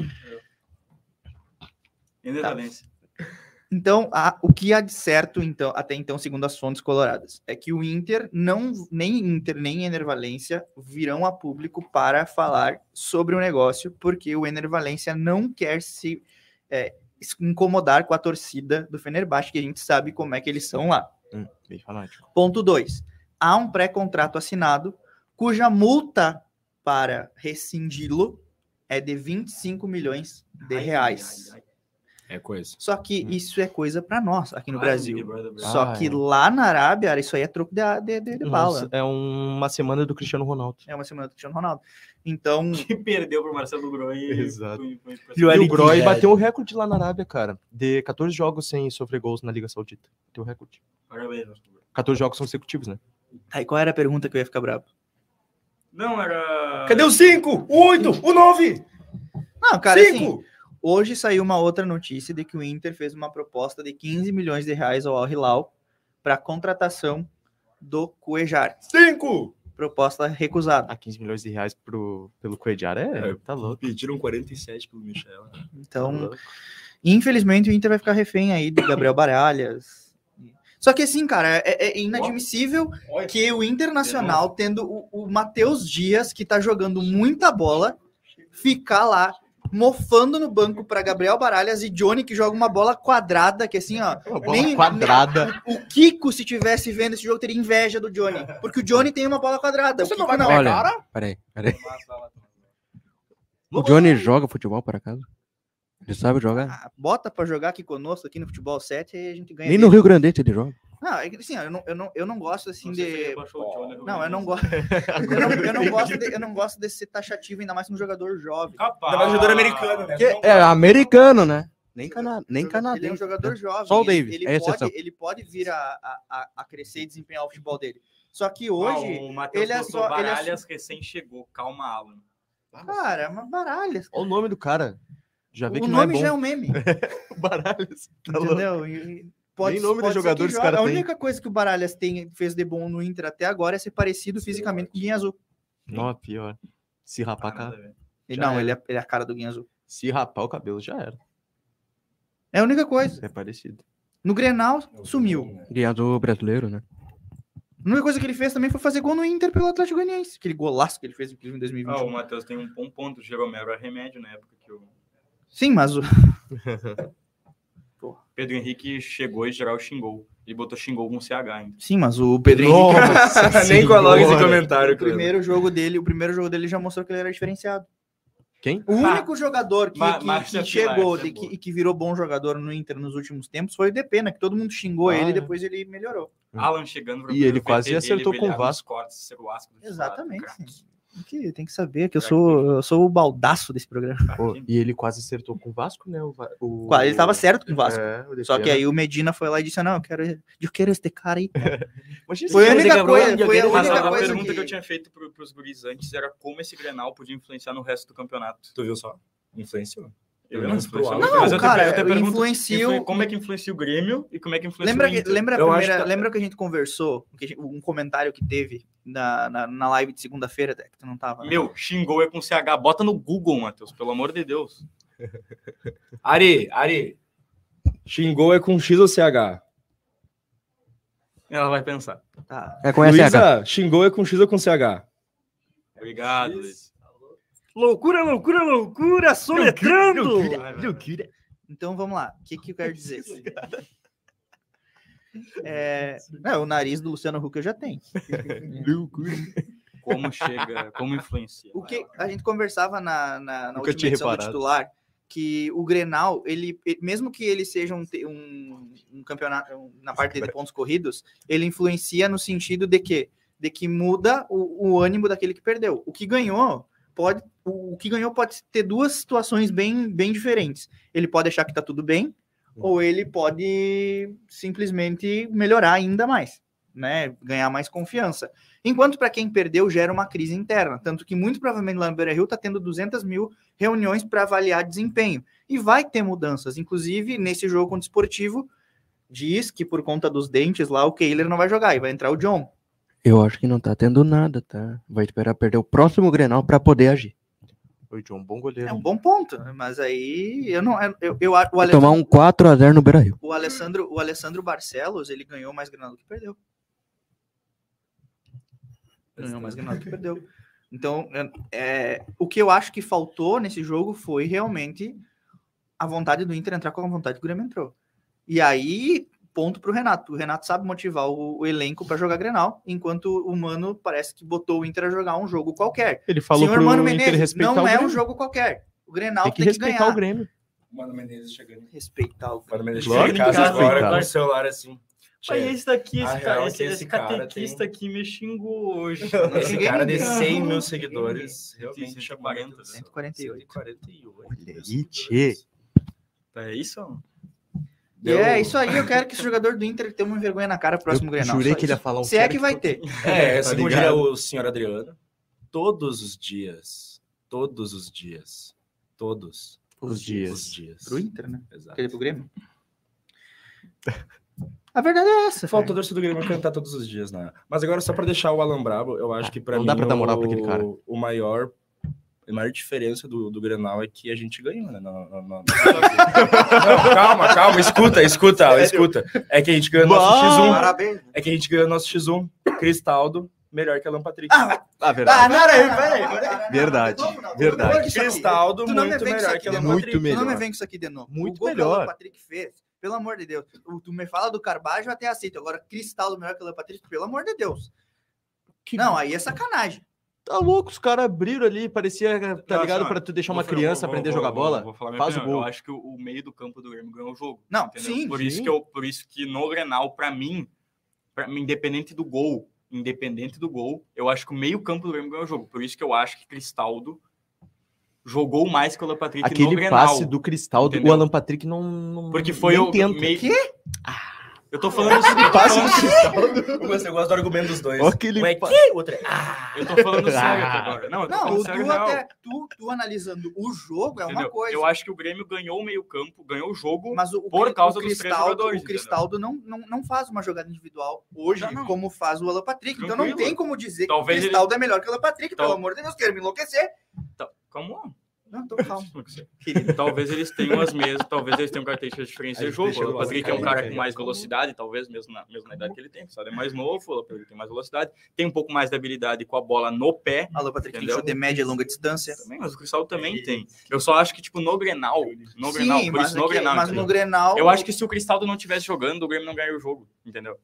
Speaker 3: Enervalência.
Speaker 1: então a- o que há de certo, então, até então, segundo as fontes coloradas, é que o Inter não, nem Inter nem Enervalência virão a público para falar sobre o negócio, porque o Enervalência não quer se é, es- incomodar com a torcida do Fenerbahçe, que a gente sabe como é que eles são lá.
Speaker 4: Hum, bem fanático.
Speaker 1: Ponto 2. Há um pré-contrato assinado cuja multa para rescindi-lo é de 25 milhões de reais.
Speaker 3: Ai, ai, ai.
Speaker 2: É coisa.
Speaker 1: Só que isso é coisa para nós aqui no
Speaker 3: Ai, Big
Speaker 1: Brasil.
Speaker 3: Brother, Brasil.
Speaker 1: Só
Speaker 4: Ah,
Speaker 1: que
Speaker 4: é.
Speaker 1: lá na Arábia, isso aí é troco de, de, de- de
Speaker 4: Nossa,
Speaker 1: bala.
Speaker 4: É uma semana do Cristiano Ronaldo.
Speaker 1: É uma semana do Cristiano Ronaldo. Então,
Speaker 3: Que perdeu pro Marcelo Groi. e
Speaker 4: Exato.
Speaker 3: foi- foi- foi-
Speaker 4: E o
Speaker 2: Eric
Speaker 4: Groy
Speaker 2: Jed.
Speaker 4: bateu o recorde lá na Arábia, cara. De 14 jogos sem sofrer gols na Liga Saudita. Teu recorde.
Speaker 3: Parabéns, Marcelo Groi.
Speaker 4: 14 jogos consecutivos, né?
Speaker 1: aí qual era a pergunta que eu ia ficar bravo?
Speaker 3: Não, era.
Speaker 2: Cadê o 5? O 8? O 9?
Speaker 1: Não, cara, assim,
Speaker 2: 5?
Speaker 1: hoje saiu uma outra notícia de que o Inter fez uma proposta de 15 milhões de reais ao Al Hilal para contratação do Cuejar.
Speaker 2: 5?
Speaker 1: Proposta recusada.
Speaker 4: Ah, 15 milhões de reais pro, pelo Coediar é,
Speaker 2: É.
Speaker 4: Tá louco.
Speaker 2: Pediram 47 pelo Michel. né?
Speaker 1: Então, infelizmente, o Inter vai ficar refém aí do Gabriel Baralhas. Só que assim, cara, é, é inadmissível
Speaker 3: Olha,
Speaker 1: que o Internacional, tendo o, o Matheus Dias, que tá jogando muita bola, ficar lá mofando no banco para Gabriel Baralhas e Johnny, que joga uma bola quadrada, que assim, ó,
Speaker 4: Uma bola
Speaker 1: nem-
Speaker 4: quadrada.
Speaker 1: o Kiko, se tivesse vendo esse jogo, teria inveja do Johnny, porque o Johnny tem uma bola quadrada. Você não vai
Speaker 5: Olha, peraí, peraí. O Johnny joga futebol, por acaso? Ele sabe jogar?
Speaker 1: Ah, bota pra jogar aqui conosco, aqui no Futebol 7, e a gente ganha.
Speaker 5: Nem no
Speaker 1: dele.
Speaker 5: Rio Grande ele joga.
Speaker 1: Não, é que, assim, ó, eu não, eu, não, eu não gosto assim
Speaker 3: não sei se ele é
Speaker 1: de.
Speaker 3: baixou o Johnny,
Speaker 1: Não, é eu não gosto. eu, não, eu não gosto de, eu não gosto de ser taxativo, ainda mais com um jogador jovem.
Speaker 3: Capaz.
Speaker 2: Ainda mais jogador americano, né?
Speaker 5: Que é americano, né? Nem, cana nem
Speaker 1: Ele é um
Speaker 5: canadense. né?
Speaker 1: jogador jovem.
Speaker 5: Só o
Speaker 1: ele-
Speaker 5: Davis,
Speaker 1: Ele,
Speaker 5: é a
Speaker 1: pode,
Speaker 5: exceção.
Speaker 1: ele pode vir a, a, a- a crescer e desempenhar o futebol dele. Só que
Speaker 3: Ah,
Speaker 1: hoje,
Speaker 3: o Matheus
Speaker 1: ele é
Speaker 3: botou
Speaker 1: só- ele é
Speaker 3: Baralhas recém chegou. Calma, Alan.
Speaker 1: cara, é uma baralha.
Speaker 4: Olha o nome do cara. Já vê
Speaker 1: O
Speaker 4: que não é
Speaker 1: nome
Speaker 4: bom.
Speaker 1: já é um meme.
Speaker 4: Baralhos. Tá louco.
Speaker 1: entendeu? E- e Pode,
Speaker 4: Nem nome de
Speaker 1: pode ser
Speaker 4: jogador
Speaker 1: que
Speaker 4: esse
Speaker 1: joga.
Speaker 4: cara
Speaker 1: A
Speaker 4: tem.
Speaker 1: única coisa que o Baralhas tem, fez de bom no Inter até agora é ser parecido fisicamente com o Guinha Azul.
Speaker 4: Não, pior. Se rapar,
Speaker 3: Ah,
Speaker 4: cara.
Speaker 3: nada a ver.
Speaker 1: Ele-
Speaker 4: Já
Speaker 1: não,
Speaker 4: era.
Speaker 1: ele é, ele é a cara do Guinha Azul.
Speaker 4: Se rapar o cabelo, já era.
Speaker 1: É a única coisa.
Speaker 4: É parecido.
Speaker 1: No
Speaker 4: É
Speaker 1: Grenal, sumiu.
Speaker 5: Guiado brasileiro, né?
Speaker 1: A única coisa que ele fez também foi fazer gol no Inter pelo Atlético Goianiense. Aquele golaço que ele fez inclusive, em 2020.
Speaker 3: Ah, o Matheus tem um bom ponto. O
Speaker 1: um.
Speaker 3: Jeromel era remédio na época que o.
Speaker 1: Sim, mas o...
Speaker 3: Pedro Henrique chegou e geral xingou. Ele botou xingou com então. CH ainda.
Speaker 1: Sim, mas o Pedro Henrique.
Speaker 4: Nossa
Speaker 2: Nem coloca esse
Speaker 4: Senhora.
Speaker 2: comentário,
Speaker 1: O primeiro jogo dele, o primeiro jogo dele já mostrou que ele era diferenciado.
Speaker 4: Quem?
Speaker 1: O
Speaker 3: Ma-
Speaker 1: único jogador que,
Speaker 3: Ma-
Speaker 1: que-
Speaker 3: Márcio
Speaker 1: que
Speaker 3: Pilar,
Speaker 1: chegou
Speaker 3: essa é
Speaker 1: de- que-
Speaker 3: boa.
Speaker 1: e que virou bom jogador no Inter nos últimos tempos foi o Depena, né? que todo mundo xingou
Speaker 4: Ah,
Speaker 1: ele
Speaker 4: é.
Speaker 1: e depois ele melhorou.
Speaker 3: Alan chegando pra
Speaker 4: Hum. E
Speaker 3: primeiro
Speaker 4: ele
Speaker 3: VT
Speaker 4: quase
Speaker 3: dele,
Speaker 4: acertou com o
Speaker 3: brilhava nos
Speaker 4: Vasco.
Speaker 3: cortes, ser o Vasco do
Speaker 1: Exatamente.
Speaker 3: titular, cara.
Speaker 1: Tem que, tem que saber que eu
Speaker 3: Craque.
Speaker 1: sou, eu sou o baldaço desse programa.
Speaker 4: Pô, e ele quase acertou com o Vasco, né? O, Va- o-
Speaker 1: Quase, Ele tava certo com o Vasco.
Speaker 4: É, o
Speaker 1: Só que
Speaker 4: Depena.
Speaker 1: aí o Medina foi lá e disse: Não, eu quero, eu quero esse cara aí.
Speaker 4: Imagina
Speaker 1: Foi
Speaker 4: se
Speaker 1: a
Speaker 4: ele
Speaker 1: única
Speaker 4: ganhou
Speaker 1: coisa-
Speaker 4: e
Speaker 1: foi a
Speaker 4: é alguém- tá
Speaker 1: única
Speaker 3: Mas a,
Speaker 1: coisa
Speaker 3: pergunta que...
Speaker 1: que
Speaker 3: eu tinha feito pro, pros guris antes era como esse Grenal podia influenciar no resto do campeonato.
Speaker 2: Tu viu só? Influenciou.
Speaker 3: Eu
Speaker 2: Pelo
Speaker 3: não
Speaker 2: menos pro
Speaker 3: influenciou.
Speaker 2: Alan.
Speaker 3: Mas eu te-
Speaker 1: cara,
Speaker 3: eu te
Speaker 1: eu
Speaker 3: pergunto,
Speaker 1: influencio-
Speaker 3: influen- Como é que influencia o Grêmio e como é que influencia
Speaker 1: Lembra,
Speaker 3: o
Speaker 1: que,
Speaker 3: Inter?
Speaker 1: lembra, a
Speaker 2: Eu acho
Speaker 1: primeira-
Speaker 3: tá-
Speaker 2: que-
Speaker 1: lembra que a gente conversou? que a gente- um comentário que teve na, na, na live de segunda-feira, até que tu não tava. né?
Speaker 3: Meu, xingou é com CH. Bota no Google, Matheus, pelo amor de Deus.
Speaker 2: Ari, Ari. Xingou é com X ou CH?
Speaker 3: Ela vai pensar.
Speaker 1: Tá.
Speaker 5: É, conhece a
Speaker 2: Luísa, xingou é com X ou com CH?
Speaker 3: Obrigado, Luiz.
Speaker 1: Loucura, loucura, loucura, soletrando!
Speaker 4: Loucura.
Speaker 1: Então vamos lá, o que, que eu quero dizer? É, não, o nariz do Luciano Huck eu já tenho.
Speaker 4: Loucura.
Speaker 3: Como chega, como influencia.
Speaker 1: O que a gente conversava na, na, na
Speaker 4: Nunca
Speaker 1: última
Speaker 4: tinha
Speaker 1: edição do
Speaker 4: reparado.
Speaker 1: titular, que o Grenal, ele, e- mesmo que ele seja um, te- um, um campeonato um- na parte de pontos corridos, ele influencia no sentido de que, de que muda o, o ânimo daquele que perdeu. O que ganhou pode, o, o que ganhou pode ter duas situações bem, bem diferentes. Ele pode achar que tá tudo bem,
Speaker 4: Hum.
Speaker 1: ou ele pode simplesmente melhorar ainda mais, né? Ganhar mais confiança. Enquanto para quem perdeu gera uma crise interna, tanto que muito provavelmente lá no Beira Rio está tendo 200 mil reuniões para avaliar desempenho e vai ter mudanças, inclusive nesse jogo contra o Esportivo diz que por conta dos dentes lá o Kehler não vai jogar e vai entrar o John.
Speaker 5: Eu acho que não tá tendo nada, tá? Vai esperar perder o próximo Grenal pra poder agir.
Speaker 4: Oi, John, bom goleiro.
Speaker 1: É um bom ponto, mas aí eu não eu, eu, eu- o,
Speaker 5: Vai
Speaker 1: Ale-
Speaker 5: tomar um 4x0 no Beira-Rio.
Speaker 1: o Alessandro o Alessandro Barcelos ele ganhou mais grana do que perdeu. Ganhou mais Grenal do que perdeu. Então, é, é, o que eu acho que faltou nesse jogo foi realmente a vontade do Inter entrar com a vontade que o Grêmio entrou. E aí, ponto pro Renato. O Renato sabe motivar o, o elenco para jogar Grenal, enquanto o Mano parece que botou o Inter a jogar um jogo qualquer.
Speaker 4: Ele falou
Speaker 1: Senhor
Speaker 4: pro
Speaker 1: Mano
Speaker 4: Inter
Speaker 1: Menezes,
Speaker 4: respeitar o
Speaker 1: não é um
Speaker 4: Grêmio.
Speaker 1: jogo qualquer. O Grenal
Speaker 4: Tem
Speaker 1: tem
Speaker 4: que
Speaker 1: que,
Speaker 4: respeitar
Speaker 1: ganhar.
Speaker 4: o Grêmio.
Speaker 2: Mano Menezes chegando.
Speaker 1: Respeitar o Grêmio.
Speaker 2: Mano Menezes
Speaker 4: Claro
Speaker 2: chegando em
Speaker 4: que
Speaker 2: casa
Speaker 4: tem que
Speaker 2: agora
Speaker 4: respeitar.
Speaker 2: com o celular assim.
Speaker 3: Pai,
Speaker 2: Che-
Speaker 3: esse daqui,
Speaker 2: A
Speaker 3: esse,
Speaker 2: real
Speaker 3: cara,
Speaker 2: é
Speaker 3: esse,
Speaker 2: que
Speaker 3: esse
Speaker 2: esse cara
Speaker 3: catequista aqui me xingou hoje.
Speaker 2: Esse
Speaker 1: Ninguém
Speaker 2: cara de
Speaker 1: liga.
Speaker 2: 100 mil seguidores realmente
Speaker 3: é
Speaker 2: chamou a
Speaker 3: 140,
Speaker 2: atenção.
Speaker 1: 148.
Speaker 2: 148.
Speaker 4: Olha
Speaker 2: mil
Speaker 4: aí,
Speaker 2: seguidores.
Speaker 3: É isso? mano?
Speaker 1: E
Speaker 2: Deu-
Speaker 1: é isso aí. Eu quero que esse jogador do Inter tenha uma vergonha na cara pro próximo Grenal.
Speaker 4: Jurei
Speaker 1: só
Speaker 4: que ele ia
Speaker 1: isso.
Speaker 4: falar um
Speaker 1: Se é
Speaker 4: cara
Speaker 1: que vai ter.
Speaker 2: É,
Speaker 4: Tá
Speaker 2: segundo
Speaker 4: ligado?
Speaker 2: dia o senhor Adriano, todos os dias, todos os dias, todos
Speaker 4: Os
Speaker 2: os
Speaker 4: dias.
Speaker 2: dias.
Speaker 1: Pro Inter, né?
Speaker 2: Exato.
Speaker 1: Quer dizer, pro Grêmio. A verdade é essa.
Speaker 2: Falta o torcedor do Grêmio cantar todos os dias, né? Mas agora, só pra deixar o Alan brabo, eu acho que pra
Speaker 4: Ah, Não
Speaker 2: mim
Speaker 4: dá pra dar moral
Speaker 2: o,
Speaker 4: pra aquele cara.
Speaker 2: o maior... A maior diferença do, do Grenal é que a gente ganhou, né? Não, não, não. Não, calma, calma, escuta, escuta, escuta. É que a gente ganhou nosso
Speaker 4: Bah!
Speaker 2: X1.
Speaker 1: Parabéns.
Speaker 2: É que a gente ganhou nosso X1. Cristaldo, melhor que Alan Patrick.
Speaker 1: Ah, vai.
Speaker 4: Ah,
Speaker 1: Ah,
Speaker 4: verdade.
Speaker 1: não, peraí, peraí, peraí.
Speaker 4: Verdade, verdade.
Speaker 2: Cristaldo,
Speaker 1: Tu não me
Speaker 2: muito
Speaker 1: vem com isso
Speaker 2: melhor
Speaker 1: aqui,
Speaker 2: que Alan
Speaker 1: não.
Speaker 2: Patrick.
Speaker 4: Muito
Speaker 1: Tu não me
Speaker 4: melhor.
Speaker 1: vem com isso aqui de novo.
Speaker 4: Muito
Speaker 1: o gol que o
Speaker 4: melhor.
Speaker 1: Alan Patrick fez, pelo amor de Deus. O- Tu me fala do Carbajo, eu até aceito. Agora, Cristaldo melhor que o Alan Patrick, pelo amor de Deus.
Speaker 4: Que-
Speaker 1: Não, aí é sacanagem.
Speaker 4: Tá louco, os caras abriram ali, parecia, tá
Speaker 3: Não,
Speaker 4: ligado?
Speaker 3: assim, ó,
Speaker 4: Pra tu deixar
Speaker 3: Vou
Speaker 4: uma
Speaker 3: falar-
Speaker 4: criança
Speaker 3: vou-
Speaker 4: aprender a
Speaker 3: vou-
Speaker 4: jogar
Speaker 3: vou-
Speaker 4: bola.
Speaker 3: Vou falar minha
Speaker 4: faz o
Speaker 3: opinião.
Speaker 4: gol.
Speaker 3: Eu acho que o, o meio do campo do Grêmio ganhou o jogo.
Speaker 1: Não, sim,
Speaker 3: Por
Speaker 4: sim.
Speaker 3: isso que eu, por isso que no Grenal, pra mim, pra mim, independente do gol, independente do gol, eu acho que o meio campo do Grêmio ganhou o jogo. Por isso que eu acho que Cristaldo jogou mais que o Alan Patrick no
Speaker 4: Aquele
Speaker 3: Grenal.
Speaker 4: passe do Cristaldo, o
Speaker 3: entendeu?
Speaker 4: Alan Patrick não. não-
Speaker 3: Porque foi
Speaker 4: nem
Speaker 3: o
Speaker 4: tenta.
Speaker 3: meio.
Speaker 1: Quê?
Speaker 3: Eu tô falando o seguinte,
Speaker 4: Passe do
Speaker 1: assim.
Speaker 3: eu tô
Speaker 4: Cristaldo.
Speaker 2: Eu gosto, um eu gosto do argumento dos dois.
Speaker 4: Ó, Aquele
Speaker 2: Um é
Speaker 4: pa-
Speaker 2: que, o outro é ah.
Speaker 3: falando- eu tô falando sério aqui agora. Não, eu tô
Speaker 1: Não,
Speaker 3: falando
Speaker 1: tu,
Speaker 3: sério real.
Speaker 1: até, tu, tu analisando o jogo é uma
Speaker 3: entendeu?
Speaker 1: coisa.
Speaker 3: Eu acho que o Grêmio ganhou o meio campo, ganhou o jogo.
Speaker 1: Mas o, o
Speaker 3: Por
Speaker 1: Cri-
Speaker 3: causa
Speaker 1: o
Speaker 3: dos três
Speaker 1: Cristaldo,
Speaker 3: jogadores,
Speaker 1: o Cristaldo não, não, não faz uma jogada individual hoje,
Speaker 3: Não, não.
Speaker 1: como faz o Alan Patrick. Então não
Speaker 3: Tranquilo.
Speaker 1: tem como dizer
Speaker 3: Talvez
Speaker 1: que o
Speaker 3: ele-
Speaker 1: Cristaldo é melhor que o Alan Patrick,
Speaker 3: Tal-
Speaker 1: pelo amor de Deus, quero me enlouquecer.
Speaker 3: Tá, Calma lá.
Speaker 1: Não, então tô calmo.
Speaker 3: Querido, Talvez eles tenham as mesmas, talvez eles tenham características diferentes
Speaker 2: A
Speaker 3: de
Speaker 2: gente
Speaker 3: jogo.
Speaker 2: deixa
Speaker 3: O
Speaker 2: o
Speaker 3: Patrick é um
Speaker 2: Alan
Speaker 3: cara
Speaker 2: cair.
Speaker 3: com mais velocidade, talvez mesmo na, mesmo na idade que ele tem. Sabe? É mais novo, o Patrick tem mais velocidade, tem um pouco mais de habilidade com a bola no pé.
Speaker 1: Alô, Patrick, tem
Speaker 3: Entendeu?
Speaker 1: show de média e longa distância.
Speaker 3: Também, mas o Cristal também tem. Eu só acho que, tipo, no Grenal, no Grenal, por
Speaker 1: mas,
Speaker 3: isso no
Speaker 1: aqui-
Speaker 3: Grenal,
Speaker 1: mas
Speaker 3: entendeu?
Speaker 1: no Grenal.
Speaker 3: Eu acho que se o Cristaldo não tivesse jogando, o Grêmio não ganharia o jogo, entendeu?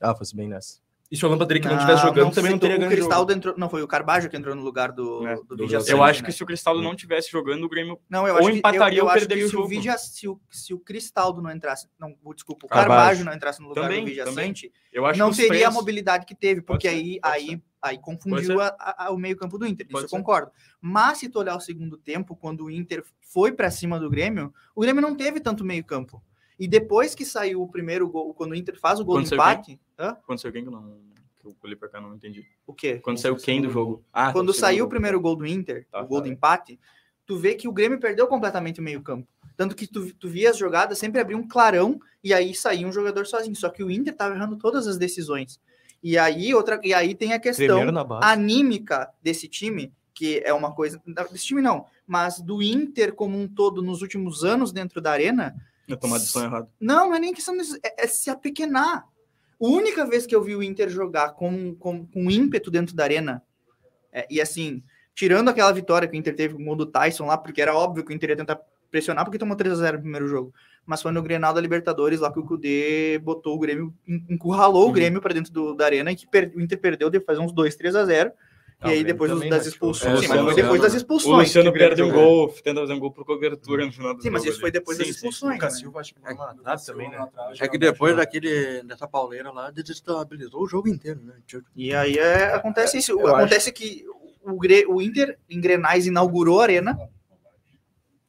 Speaker 4: Ah, fosse bem nessa.
Speaker 2: E se o Alan Patrick não estivesse jogando, também não teria
Speaker 1: Ah, o
Speaker 2: ganho o jogo.
Speaker 1: Cristaldo entrou, Não, foi o Carbajo que entrou no lugar do,
Speaker 3: É,
Speaker 1: do,
Speaker 2: do
Speaker 1: Vidiaçante,
Speaker 3: Eu acho
Speaker 1: né?
Speaker 3: que se o Cristaldo não tivesse jogando, o Grêmio
Speaker 1: Não, eu
Speaker 3: Ou
Speaker 1: acho que,
Speaker 3: empataria
Speaker 1: eu, eu
Speaker 3: ou
Speaker 1: acho
Speaker 3: perderia
Speaker 1: que
Speaker 3: o
Speaker 1: se
Speaker 3: jogo.
Speaker 1: o, Vidia, se, o, se o Cristaldo não entrasse, não, o- desculpa, o
Speaker 4: Carbajo.
Speaker 1: Carbajo não entrasse no lugar
Speaker 3: Ah, Também,
Speaker 1: do Vidiacente,
Speaker 3: Eu acho
Speaker 1: não
Speaker 3: que os
Speaker 1: teria a
Speaker 3: três-
Speaker 1: mobilidade que teve, porque
Speaker 3: ser,
Speaker 1: aí,
Speaker 3: pode
Speaker 1: aí, aí
Speaker 3: Pode
Speaker 1: confundiu
Speaker 3: ser.
Speaker 1: a- a- a- o meio campo do Inter, isso
Speaker 3: Pode
Speaker 1: eu
Speaker 3: ser.
Speaker 1: concordo. Mas se tu olhar o segundo tempo, quando o Inter foi para cima do Grêmio, o Grêmio não teve tanto meio campo. E depois que saiu o primeiro gol, quando o Inter faz o gol
Speaker 3: Quando
Speaker 1: do
Speaker 3: saiu quem?
Speaker 1: empate... Hã?
Speaker 3: Quando saiu quem que eu não. Que eu olhei pra cá, não entendi.
Speaker 1: O quê?
Speaker 3: Quando saiu quem do jogo? Ah,
Speaker 1: quando
Speaker 3: do segundo
Speaker 1: saiu o
Speaker 3: jogo.
Speaker 1: primeiro gol do Inter,
Speaker 3: Tá,
Speaker 1: o gol
Speaker 3: tá,
Speaker 1: do
Speaker 3: é.
Speaker 1: empate, tu vê que o Grêmio perdeu completamente o meio-campo. Tanto que tu, tu via as jogadas, sempre abria um clarão e aí saía um jogador sozinho. Só que o Inter tava errando todas as decisões. E aí, outra, e aí tem a
Speaker 4: Tremeram
Speaker 1: questão
Speaker 4: na
Speaker 2: Ah,
Speaker 4: base.
Speaker 1: anímica desse time, que é uma coisa. não, Desse time não, mas do Inter como um todo nos últimos anos dentro da arena,
Speaker 3: Eu tomada de som errado.
Speaker 1: não, não é nem questão disso, é, é se apequenar. A única vez que eu vi o Inter jogar com, com, com ímpeto dentro da arena, é, e assim, tirando aquela vitória que o Inter teve com o gol do Tyson lá, porque era óbvio que o Inter ia tentar pressionar, porque tomou 3 a 0 no primeiro jogo. Mas foi no Grenal da Libertadores lá que o Cudê botou o Grêmio, en- encurralou
Speaker 3: Uhum.
Speaker 1: o Grêmio para dentro do- da arena e que per- o Inter perdeu de fazer uns 2, 3 a 0
Speaker 2: Ah, o
Speaker 1: e aí
Speaker 2: Grêmio
Speaker 1: depois os-
Speaker 2: também,
Speaker 1: das
Speaker 2: né, tipo,
Speaker 1: expulsões.
Speaker 3: é,
Speaker 1: sim,
Speaker 3: o
Speaker 1: mas foi
Speaker 3: Luciano-
Speaker 1: depois das
Speaker 3: O
Speaker 1: expulsões.
Speaker 3: Luciano
Speaker 1: que o Grêmio
Speaker 3: perde um
Speaker 1: jogou.
Speaker 3: gol, tenta fazer um gol por cobertura no final do
Speaker 1: Sim, mas
Speaker 3: jogo
Speaker 1: isso foi
Speaker 3: ali.
Speaker 1: depois das
Speaker 3: Sim, sim.
Speaker 1: expulsões. né?
Speaker 2: acho que né?
Speaker 5: É que depois daquele, dessa pauleira lá, desestabilizou o jogo inteiro, né? Tio-
Speaker 1: E aí é- acontece isso.
Speaker 2: eu
Speaker 1: acontece que o, Gre- o Inter em Grenais inaugurou a arena.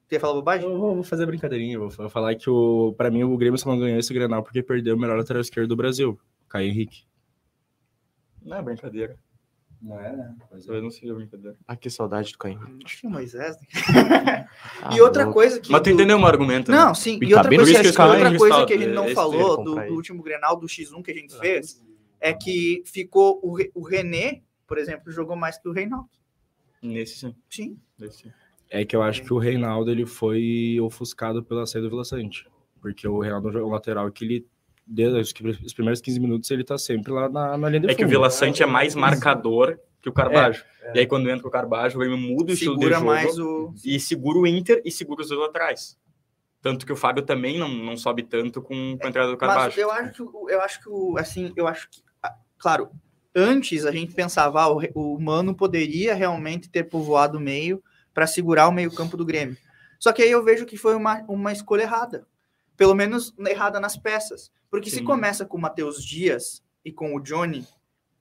Speaker 1: Você ia falar bobagem?
Speaker 2: né? Eu vou vou fazer a brincadeirinha, vou fa- falar que o, pra mim o Grêmio só não ganhou esse Grenal porque perdeu o melhor lateral esquerdo do Brasil, Caio Henrique.
Speaker 3: Não é brincadeira.
Speaker 2: Não é, né? Pois
Speaker 3: Talvez não seja brincadeira.
Speaker 4: Ah, que saudade do Caim. Ah,
Speaker 1: Acho que o Moisés. né? e outra coisa que.
Speaker 3: Mas
Speaker 1: do-
Speaker 3: tu entendeu o argumento? né?
Speaker 1: Não, sim.
Speaker 4: E
Speaker 1: E
Speaker 4: tá
Speaker 1: outra
Speaker 4: bem
Speaker 1: coisa,
Speaker 3: por isso
Speaker 1: que,
Speaker 3: que eu escolhi
Speaker 1: outra
Speaker 3: o
Speaker 1: coisa
Speaker 3: Cristaldo,
Speaker 1: que a gente
Speaker 3: é
Speaker 1: não
Speaker 3: esse
Speaker 1: falou
Speaker 4: dele,
Speaker 1: do,
Speaker 4: comprar
Speaker 1: do
Speaker 4: né? ele.
Speaker 1: último Grenal, do X1 que a gente fez, é que ficou o, Re- o René, por exemplo, jogou mais que o Reinaldo.
Speaker 3: Nesse sim.
Speaker 1: Sim.
Speaker 3: Nesse sim.
Speaker 2: É que eu acho que o Reinaldo ele foi ofuscado pela saída do Vila Sante. Porque o Reinaldo é um lateral que ele, desde os pri- os primeiros 15 minutos, ele tá sempre lá na, na linha de
Speaker 3: É que o Vila Sante é mais marcador que o Carbajo. E aí quando entra o Carbajo, o Grêmio muda o estilo de
Speaker 1: Segura
Speaker 3: jogo.
Speaker 1: mais o.
Speaker 3: e segura o Inter e segura os dois atrás. Tanto que o Fábio também não, não sobe tanto com, com a entrada do Carvalho.
Speaker 1: Mas eu acho que o- eu acho que o- assim, eu acho que ah, claro, antes a gente pensava ah, o, Re- o Mano poderia realmente ter povoado o meio para segurar o meio-campo do Grêmio. Só que aí eu vejo que foi uma, uma escolha errada. Pelo menos errada nas peças. Porque se
Speaker 3: Sim.
Speaker 1: começa com o Matheus Dias e com o Johnny,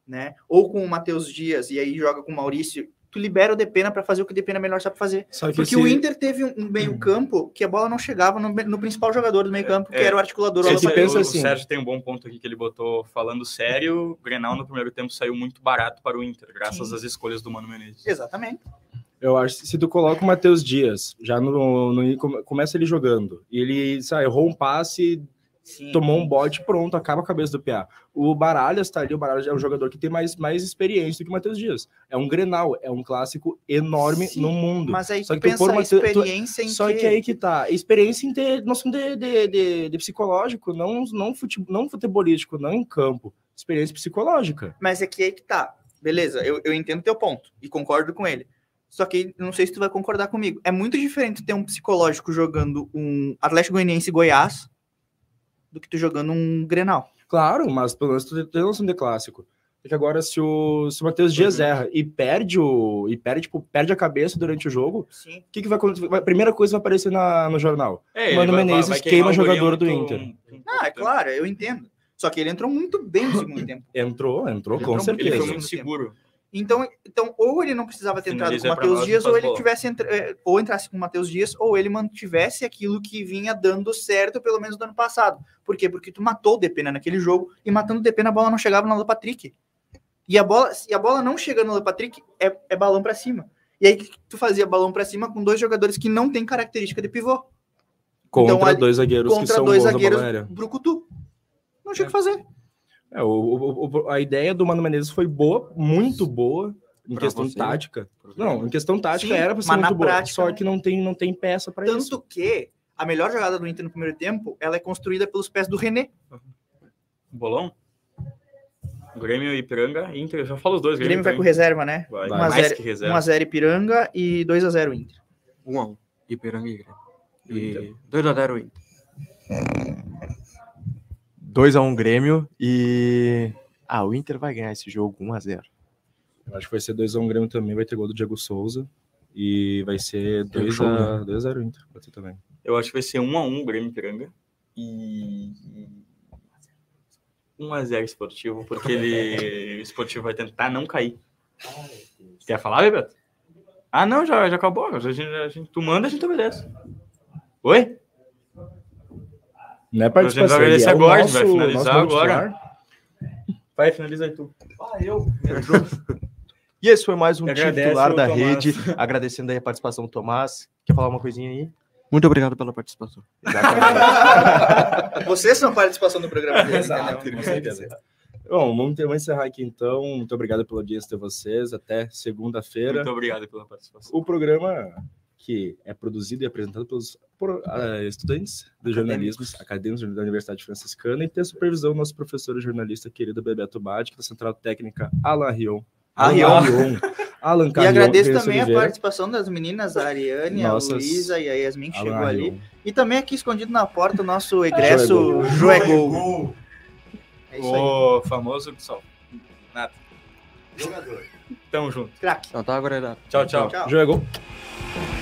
Speaker 1: né? Ou com o Matheus Dias e aí joga com o Maurício, tu libera o Depena para fazer o que o Depena melhor sabe fazer.
Speaker 3: É
Speaker 2: Só que
Speaker 1: Porque
Speaker 2: esse-
Speaker 1: o Inter teve um- um meio-campo que a bola não chegava no, no principal jogador do meio-campo, que
Speaker 3: é.
Speaker 1: era o articulador
Speaker 2: Só
Speaker 1: Alan
Speaker 2: que
Speaker 1: Patrick.
Speaker 2: pensa
Speaker 3: o,
Speaker 2: assim-
Speaker 3: o Sérgio tem um bom ponto aqui que ele botou falando sério. O Grenal no primeiro tempo saiu muito barato para o Inter, graças
Speaker 1: Sim.
Speaker 3: às escolhas do Mano Menezes.
Speaker 2: É,
Speaker 1: Exatamente.
Speaker 2: Eu acho que se tu coloca o Matheus Dias, já no, no- come- começa ele jogando, e ele sai, errou um passe,
Speaker 1: Sim.
Speaker 2: tomou um bote, pronto, acaba a cabeça do PA. O Baralhas tá ali, o Baralhas é um jogador que tem mais, mais experiência do que o Matheus Dias. É um Grenal, é um clássico enorme
Speaker 1: Sim,
Speaker 2: no mundo.
Speaker 1: Mas aí
Speaker 2: Só
Speaker 1: tu
Speaker 2: que tu
Speaker 1: pensa
Speaker 2: pôr
Speaker 1: a
Speaker 2: uma- tu- tu-
Speaker 1: experiência em
Speaker 2: Só que... aí que tá, experiência em ter noção de, de, de- de psicológico, não, não, fute, não futebolístico, não em campo, experiência psicológica.
Speaker 1: Mas é que aí que tá. Beleza, eu, eu entendo teu ponto e concordo com ele. Só que não sei se tu vai concordar comigo. É muito diferente ter um psicológico jogando um Atlético Goianiense e Goiás do que tu jogando um Grenal.
Speaker 2: Claro, mas pelo menos tu tem noção de clássico. Porque agora, se o, se o Matheus Dias
Speaker 1: Uhum.
Speaker 2: erra e perde o. e perde, tipo, perde a cabeça durante o jogo,
Speaker 1: Sim.
Speaker 2: o que, que vai acontecer? Vai- A primeira coisa que vai aparecer na, no jornal.
Speaker 3: É, ele
Speaker 2: Mano
Speaker 3: vai- vai-
Speaker 2: Menezes
Speaker 3: vai
Speaker 2: queima
Speaker 3: queimar o
Speaker 2: jogador do
Speaker 3: Guri muito-
Speaker 2: Inter.
Speaker 3: um pouco
Speaker 1: Ah, é
Speaker 3: tanto.
Speaker 1: claro, eu entendo. Só que ele entrou muito bem no segundo tempo.
Speaker 2: Entrou, entrou,
Speaker 1: Ele
Speaker 2: com
Speaker 1: entrou muito
Speaker 3: Ele
Speaker 2: certeza.
Speaker 3: foi muito seguro.
Speaker 1: Então, então ou ele não precisava ter entrado com
Speaker 3: Finaliza
Speaker 1: o
Speaker 3: pra
Speaker 1: Matheus
Speaker 3: nós,
Speaker 1: Dias,
Speaker 3: faz
Speaker 1: ou ele
Speaker 3: bola.
Speaker 1: tivesse entra- eh, ou entrasse com o Matheus Dias, ou ele mantivesse aquilo que vinha dando certo, pelo menos do ano passado. Por quê? Porque tu matou o Depena naquele jogo, e matando o Depena, a bola não chegava no Alan Patrick. E a bola, se a bola não chega no Alan Patrick, é, é balão pra cima. E aí o que que tu fazia balão pra cima com dois jogadores que não têm característica de pivô.
Speaker 2: Contra
Speaker 1: Então, ali-
Speaker 2: dois zagueiros que
Speaker 1: Contra
Speaker 2: são
Speaker 1: dois
Speaker 2: bons na
Speaker 1: zagueiros,
Speaker 2: bola aérea.
Speaker 1: Brucutu. Não É tinha o que fazer.
Speaker 2: É, o- o- o- a ideia do Mano Menezes foi boa, muito boa. Em
Speaker 5: Pra
Speaker 2: questão
Speaker 5: você, né?
Speaker 2: tática. Não, em questão tática
Speaker 1: Sim,
Speaker 2: era pra ser
Speaker 1: mas
Speaker 2: muito
Speaker 1: na
Speaker 2: boa.
Speaker 1: prática,
Speaker 2: só
Speaker 1: né?
Speaker 2: que não tem, não tem peça pra isso.
Speaker 1: Tanto que a melhor jogada do Inter no primeiro tempo, ela é construída pelos pés do René.
Speaker 3: Bolão? Grêmio e Piranga, Inter, já fala os dois.
Speaker 1: O Grêmio vai com
Speaker 3: também.
Speaker 1: reserva, né?
Speaker 3: Vai,
Speaker 2: Vai.
Speaker 1: Uma
Speaker 3: mais
Speaker 1: zero-
Speaker 3: que reserva.
Speaker 1: 1x0 Ipiranga e 2x0 Inter.
Speaker 5: 1 a 1 Ipiranga e Grêmio.
Speaker 3: Inter.
Speaker 5: E 2x0 Inter.
Speaker 4: 2x1 Grêmio e. Ah, o Inter vai ganhar esse jogo 1x0.
Speaker 2: Eu acho que vai ser 2x1 Grêmio também, vai ter gol do Diego Souza. E vai ser
Speaker 5: show,
Speaker 1: né?
Speaker 2: 2x0 Inter. Pode ser também.
Speaker 3: Eu acho que vai ser 1x1 Grêmio e Piranga. E. 1x0 esportivo, porque ele. o esportivo vai tentar não cair. Quer falar, Bebeto? Ah, não, já, já acabou. A gente, a gente- tu manda, a gente obedece. Oi?
Speaker 2: Não é participação.
Speaker 3: participação, vai ele é
Speaker 2: Ele
Speaker 3: agradecer
Speaker 2: é
Speaker 3: o agora, a gente vai nosso- finalizar nosso agora. Vai, finaliza aí tu.
Speaker 4: E esse foi mais um
Speaker 3: Agradece
Speaker 4: titular
Speaker 3: ao
Speaker 4: da
Speaker 3: Tomás.
Speaker 4: rede. Agradecendo aí a participação do Tomás. Quer falar uma coisinha aí?
Speaker 5: Muito obrigado pela participação.
Speaker 1: Vocês são participação do programa dele,
Speaker 2: Exato,
Speaker 1: entendeu?
Speaker 2: com certeza. Bom, vamos, ter- vamos encerrar aqui então. Muito obrigado pela audiência de vocês. Até segunda-feira.
Speaker 3: Muito obrigado pela participação.
Speaker 2: O programa que é produzido e apresentado pelos por, ah, estudantes de jornalismo acadêmicos da Universidade Franciscana e tem a supervisão do nosso professor e jornalista querido Bebeto Badic, da Central Técnica Alain Rion.
Speaker 1: Arrion.
Speaker 2: Rion. Alan
Speaker 1: E
Speaker 2: Carrion,
Speaker 1: agradeço
Speaker 2: Renzo
Speaker 1: também a
Speaker 2: Oliveira.
Speaker 1: participação das meninas, a Ariane,
Speaker 2: Nossas-
Speaker 1: a Luísa e a Yasmin, que
Speaker 2: Alan
Speaker 1: chegou ali.
Speaker 2: Rion.
Speaker 1: E também aqui escondido na porta o nosso egresso Joegol. É isso aí.
Speaker 3: O famoso Sol. Nada.
Speaker 1: Jogador.
Speaker 3: Tamo junto.
Speaker 1: Crack.
Speaker 5: Então tá, agora
Speaker 3: Tchau, tchau.
Speaker 1: Tchau.
Speaker 2: Joegou.
Speaker 1: Tchau.